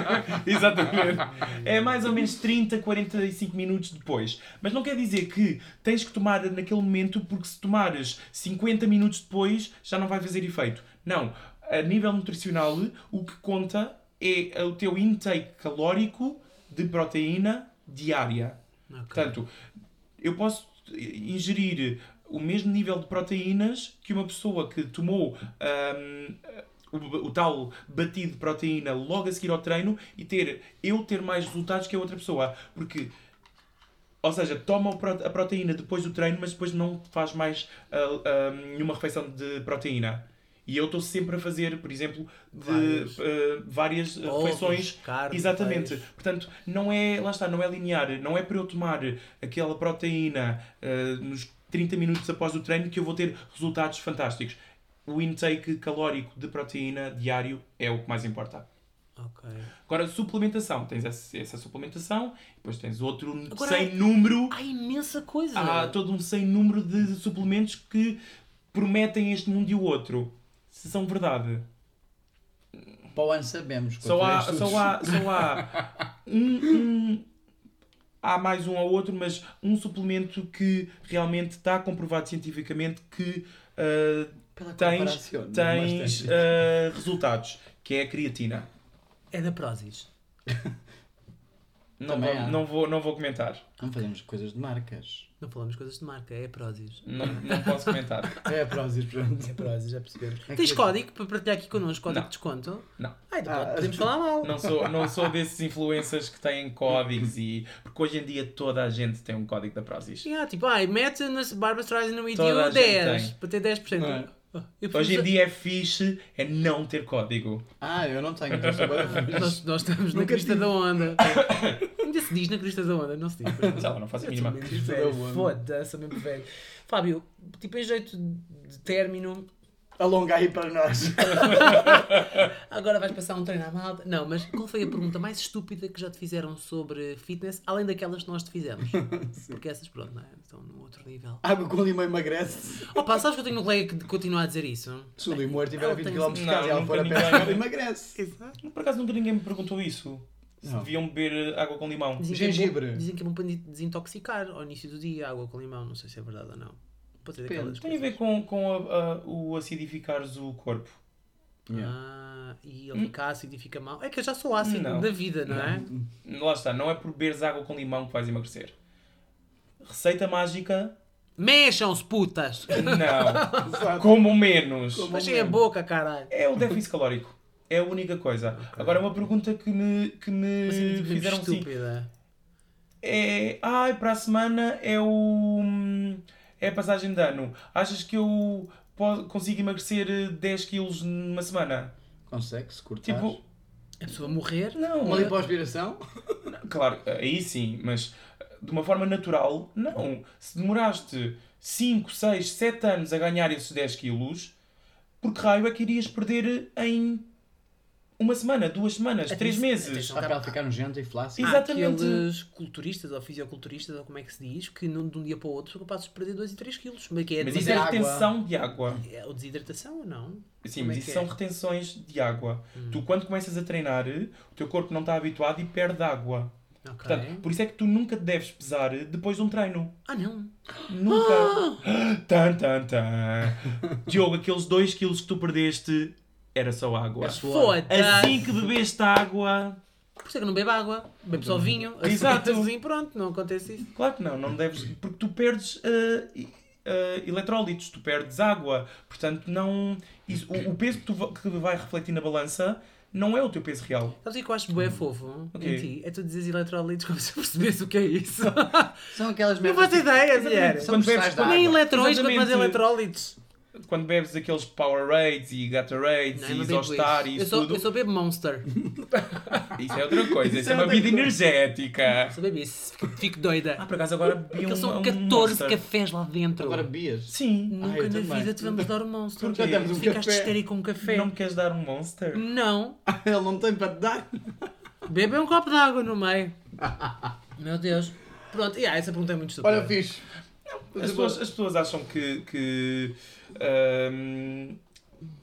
Exatamente. É mais ou menos 30, 45 minutos depois. Mas não quer dizer que tens que tomar naquele momento, porque se tomares 50 minutos depois já não vai fazer efeito. Não. A nível nutricional, o que conta é o teu intake calórico de proteína diária. Ok. Portanto, eu posso ingerir o mesmo nível de proteínas que uma pessoa que tomou hum, o, o tal batido de proteína logo a seguir ao treino e ter eu ter mais resultados que a outra pessoa. Porque, ou seja, toma o prote- a proteína depois do treino, mas depois não faz mais ah, hum, nenhuma refeição de proteína. E eu estou sempre a fazer, por exemplo, de, Várias. ah, várias ah, Ovos, refeições carne, Exatamente. peixe. Portanto, não é, lá está, não é linear. Não é para eu tomar aquela proteína ah, nos 30 minutos após o treino que eu vou ter resultados fantásticos. O intake calórico de proteína diário é o que mais importa. Ok. Agora, suplementação. Tens essa, essa suplementação, depois tens outro Agora ah, sem há- número. Há imensa coisa. Há todo um sem número de suplementos que prometem este mundo e o outro. Se são verdade. Para o ano sabemos. Só há, quando tiver só há, só há um, um- há mais um ou outro, mas um suplemento que realmente está comprovado cientificamente que ah, Pela tens, comparação, é mas tens tens. ah, resultados, que é a creatina. É da Prozis. Não, Também vou, há. não, vou, não vou comentar. Não fazemos coisas de marcas. Não falamos coisas de marca, é Prozis. Não, não posso comentar. É a Prozis, pronto. É Prozis, já percebemos. É Tens que- código para partilhar aqui connosco? Código Não. de desconto? Não. Ai, então Ah. podemos falar mal. Não sou, não sou desses influencers que têm códigos e. Porque hoje em dia toda a gente tem um código da Prozis. Yeah, tipo, ai, mete na Barbra Streisand no Toda a vídeo gente 10 tem. para ter 10%. Não é? Ah, eu preciso- Hoje em dia é fixe é não ter código. Ah, eu não tenho, então sou bué da fixe. Ah, Nós, nós estamos na Nunca crista tive. da onda. Ainda se diz na crista da onda, não se diz. Não, não faço a Eu sou mínima. mesmo Crista da velho, onda. Foda-se, sou mesmo velho. Fábio, tipo, em jeito de término, Alonga aí para nós. agora vais passar um treino à malta. Não, mas qual foi a pergunta mais estúpida que já te fizeram sobre fitness, além daquelas que nós te fizemos? Porque essas, pronto, não é? estão num outro nível. Água com limão emagrece. Opa, sabes que eu tenho um colega que continua a dizer isso? Se o limão estiver a Ele 20 tem km assim- de casa e Não, ela for a nunca pé, ninguém- ela emagrece. Exato. Por acaso nunca ninguém me perguntou isso. Se Não. deviam beber eh, água com limão. Que é Gengibre. bom, dizem que é bom para de- desintoxicar ao início do dia, água com limão, não sei se é verdade ou não. Pode ser daquelas Depende. Tem a ver com, com a- a- o acidificares o corpo. Yeah. Ah, e ele fica ácido e fica mal. É que eu já sou ácido Não. da vida, não, é? Lá está, não é por beberes água com limão que vais emagrecer. Receita mágica? Mexam-se, putas! Não. Exato. Como menos. Como- Fechem a boca, caralho! É o déficit calórico. É a única coisa. Agora, uma pergunta que me, que me Mas é tipo fizeram sim. estúpida. É. Ai, para a semana é o. É a passagem de ano. Achas que eu po- consigo emagrecer eh, 10 quilos numa semana? Consegue se cortar. Tipo, A pessoa morrer? não. uma lipoaspiração? Claro, aí sim, mas de uma forma natural, não. Se demoraste 5, 6, 7 anos a ganhar esses 10 quilos, por que raio é que irias perder em uma semana, duas semanas, Atenção- três meses? atenção. Há para ela ficar nojenta e flácida. Exato. Exatamente. Aqueles culturistas ou fisioculturistas, ou como é que se diz, que num- de um dia para o outro são capazes de perder 2 e 3 quilos. Mas que é, Mas mas isso é água. retenção de água. é, é o desidratação ou não? Sim, Como mas é que isso é? Hum. são retenções de água. Tu, quando começas a treinar, o teu corpo não está habituado e perde água. Ok. Portanto, por isso é que tu nunca te deves pesar depois de um treino. Ah, não! Nunca. Tan, tan, tan. Diogo, aqueles 2 quilos que tu perdeste era só água. É suor. Foda-se! Assim que bebeste água. Por isso é que eu não bebo água, bebo só vinho, Exato. assim, pronto, não acontece isso. Claro que não, não deves. Porque tu perdes ah, e- ah, eletrólitos, tu perdes água. Portanto, não. isso- o, o peso que, tu, va- que vai refletir na balança não é o teu peso real. Sabes o que é que eu acho bué fofo Ok. em ti? É tu dizes eletrólitos como se eu percebesse o que é isso. São aquelas não merdas. tipo faço ideia, mulher. Exatamente. São Quando cristais bebes- de água. é Nem eletrões, quanto mais é Exatamente. eletrólitos. Quando bebes aqueles Powerades e Gatorades Não, eu e não bebo isso. Isostar e eu isso sou, tudo, eu sou bebo Monster. isso é outra coisa. Isso isso é é uma outra vida coisa. energética. Sou bebo isso. Fico, fico doida. Ah, por acaso agora bebi um. Porque são um 14 Monster. cafés lá dentro. Agora bebias. Sim. Nunca Ah, eu na também. vida te vamos dar um Monster. Porque damos um Ficaste café. histérico com um café. Não me queres dar um Monster? não. Ele não tem para te dar. Bebe um copo de água no meio. Meu Deus. Pronto, e ah, essa pergunta é muito estúpida. Olha, fixe. As pessoas, as pessoas acham que, que, hum,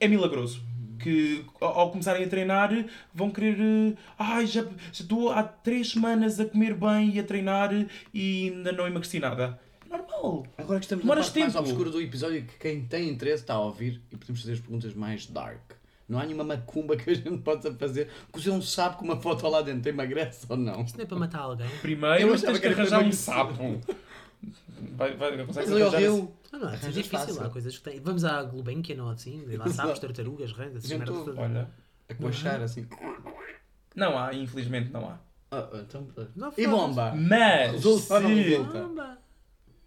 é milagroso. Que ao ao começarem a treinar vão querer. eh, Ai, já, já estou há três semanas a comer bem e a treinar e ainda não emagreci nada. É normal. Agora que estamos na Demoras parte mais tempo. obscura do episódio que quem tem interesse está a ouvir e podemos fazer as perguntas mais dark. Não há nenhuma macumba que a gente possa fazer. Porque você não sabe que uma foto lá dentro emagrece ou não. Isto não é para matar alguém. Primeiro, Eu mas achava tens que que era arranjar para um isso. sapo. Vai, vai, Mas consegues eu arranjar esse- rio. Não, não, é Arranjas difícil. fácil. Há coisas que tem. Vamos à Gulbenkian ou assim, lá sabes, tartarugas, rãs, essas Gente, merdas todas. Olha. A coachar assim. Não há, infelizmente não há. Ah, ah, então, ah. Não fazes. e bomba! Mas Resulta ou não se- resulta? Bomba!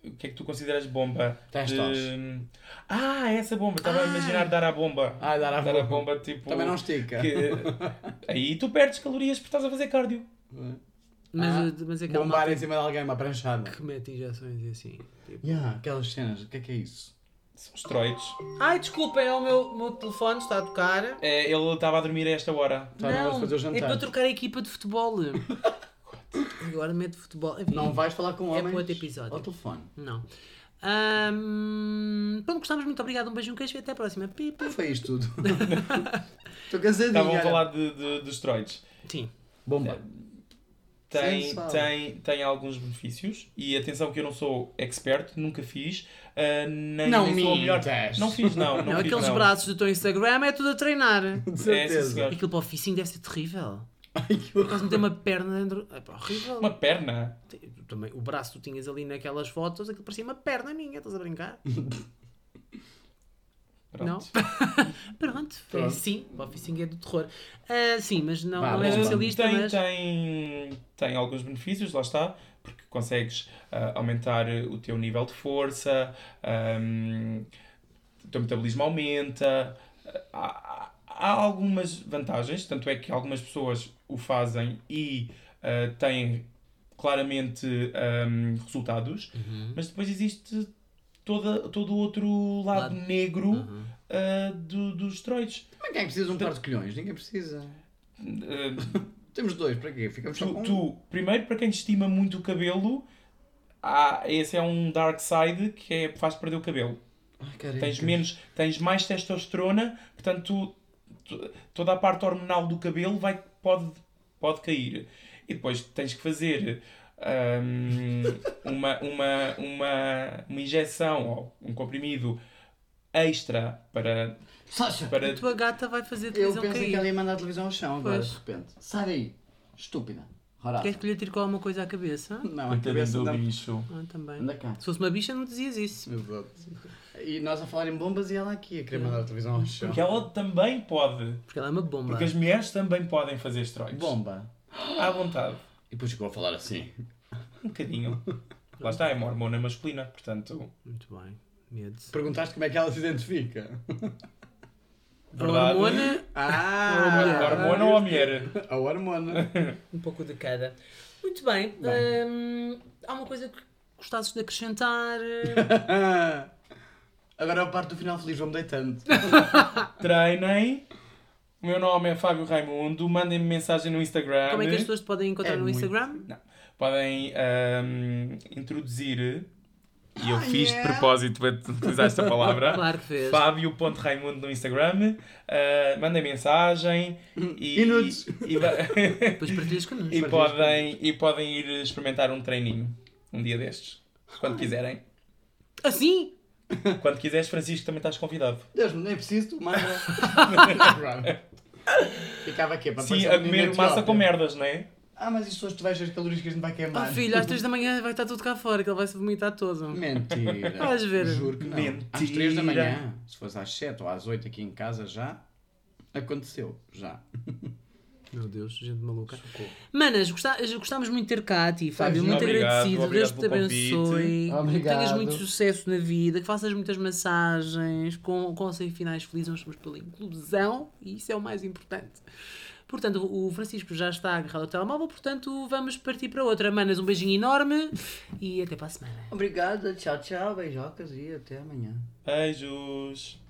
o que é que tu consideras bomba? Tens De- tos. Ah, essa bomba. Estava a imaginar dar à bomba. Ah, dar à Dar à bomba. bomba tipo. Também não estica. que- eh, Aí tu perdes calorias porque estás a fazer cardio. Mas, mas é aquela Ah, Bombar malta em cima de alguém, uma pranchada. que mete injeções e assim. tipo- Yeah, aquelas cenas, o que é que é isso? São esteroides. Ai, desculpem, é o meu, meu telefone está a tocar. É, ele estava a dormir a esta hora. Tá na hora de fazer o jantar. é para trocar a equipa de futebol. Agora mete futebol. Enfim, Não vais falar com É homens para outro episódio. ao telefone. Não. Ahm, pronto, gostávamos muito. Obrigado. Um beijo, um queijo e até à próxima. Pi, pi. Ah, foi isto tudo. Estou cansadinho. Estavam a olha. falar É, de, de, de esteroides. Sim. Bomba. tem, Sensual. tem, tem alguns benefícios e atenção que eu não sou expert, nunca fiz, ah, nem, Não nem sou a melhor. mintas. Não fiz, não. Não, Não, fiz, aqueles não. braços do teu Instagram é tudo a treinar. De É, sim, certeza. senhor. Aquilo para o oficinho deve ser terrível. Ai, que Por horror. acaso meter uma perna dentro. É pá, horrível. Uma perna. Te- Também, o braço que tu tinhas ali naquelas fotos, aquilo parecia uma perna minha, estás a brincar? Pronto. Não. Pronto, Pronto. É, sim, o oficinho é do terror. Ah, sim, mas não, Vá, não é vamos lá. socialista, tem, mas. tem, tem alguns benefícios, lá está, porque consegues ah, aumentar o teu nível de força, ahm, o teu metabolismo aumenta. Há, há algumas vantagens, tanto é que algumas pessoas o fazem e ah, têm claramente ahm, resultados, Uhum. mas depois existe toda, todo o outro lado, Lado. negro Uhum. ah, do- dos esteroides. Mas quem é que precisa de um par de colhões? Ninguém precisa. Ah, Temos dois, para quê? Ficamos só Tu, com um. tu, primeiro, para quem estima muito o cabelo, há, esse é um dark side que é, faz perder o cabelo. Ai, careca. Tens, menos, tens mais testosterona, portanto, tu- tu- toda a parte hormonal do cabelo vai, pode, pode cair. E depois tens que fazer hum, uma, uma, uma, uma injeção ou um comprimido extra para. Sasha, para A tua gata vai fazer a eu televisão pensei cair. que ela ia mandar a televisão ao chão agora, é um Pois. de repente. Sai daí. Estúpida. Ora. Queres que lhe tire com alguma coisa à cabeça? Não, a cabeça não. bicho. Ah, também. Anda cá. Se fosse uma bicha, não dizias isso. Exato. E nós a falar em bombas e ela aqui a querer mandar a televisão ao chão. Que ela também pode. Porque ela é uma bomba. Porque as mulheres também podem fazer esteroides. Bomba. À vontade. E depois chegou a falar assim. Um bocadinho. Lá está, é uma hormona masculina, portanto. Muito bem. Medo. Perguntaste como é que ela se identifica. Verdade. Hormona, Ah! hormona ou a mulher? A hormona. um pouco de cada. Muito bem. hum, há uma coisa que gostasses de acrescentar? Agora é a parte do final feliz, vou-me deitando. Treinem. O meu nome é Fábio Raimundo. Mandem-me mensagem no Instagram. Como é que as pessoas te podem encontrar É no muito. Instagram? Podem ahm, introduzir. E eu Ah, fiz de yeah. propósito para utilizar esta palavra. Claro que fez. Fábio.Raimundo no Instagram. Ah, mandem mensagem. E, Hum, E nudes. e va- Depois partilhas connosco. e podem, e podem ir experimentar um treininho. Um dia destes. Quando quiserem. Assim? Quando quiseres, Francisco, também estás convidado. Deus, não é preciso, tu manda. Ficava aqui para Sim, parecer a um comer menino massa Etiópia. com merdas, não é? Ah, mas isso hoje tu vais ver as calorias que a gente vai queimar. Ah, filho, às 3 da manhã vai estar tudo cá fora, que ele vai se vomitar todo. Mentira. Vais ver. Juro que não. Mentira. Às 3 da manhã, se fosse às 7 ou às 8 aqui em casa já, aconteceu. Já. Meu Deus, gente maluca. Manas, gostá- gostámos muito de ter cá a ti, Fábio. Pois, Muito Tá, obrigado, agradecido. obrigado Deus te pelo convite. abençoe. Que Obrigado. tenhas muito sucesso na vida, que faças muitas massagens, com, com sem finais felizes. Nós somos pela inclusão e isso é o mais importante. Portanto, o Francisco já está agarrado ao telemóvel, portanto, vamos partir para outra. Manas, um beijinho enorme e até para a semana. Obrigado, tchau, tchau, beijocas e até amanhã. Beijos.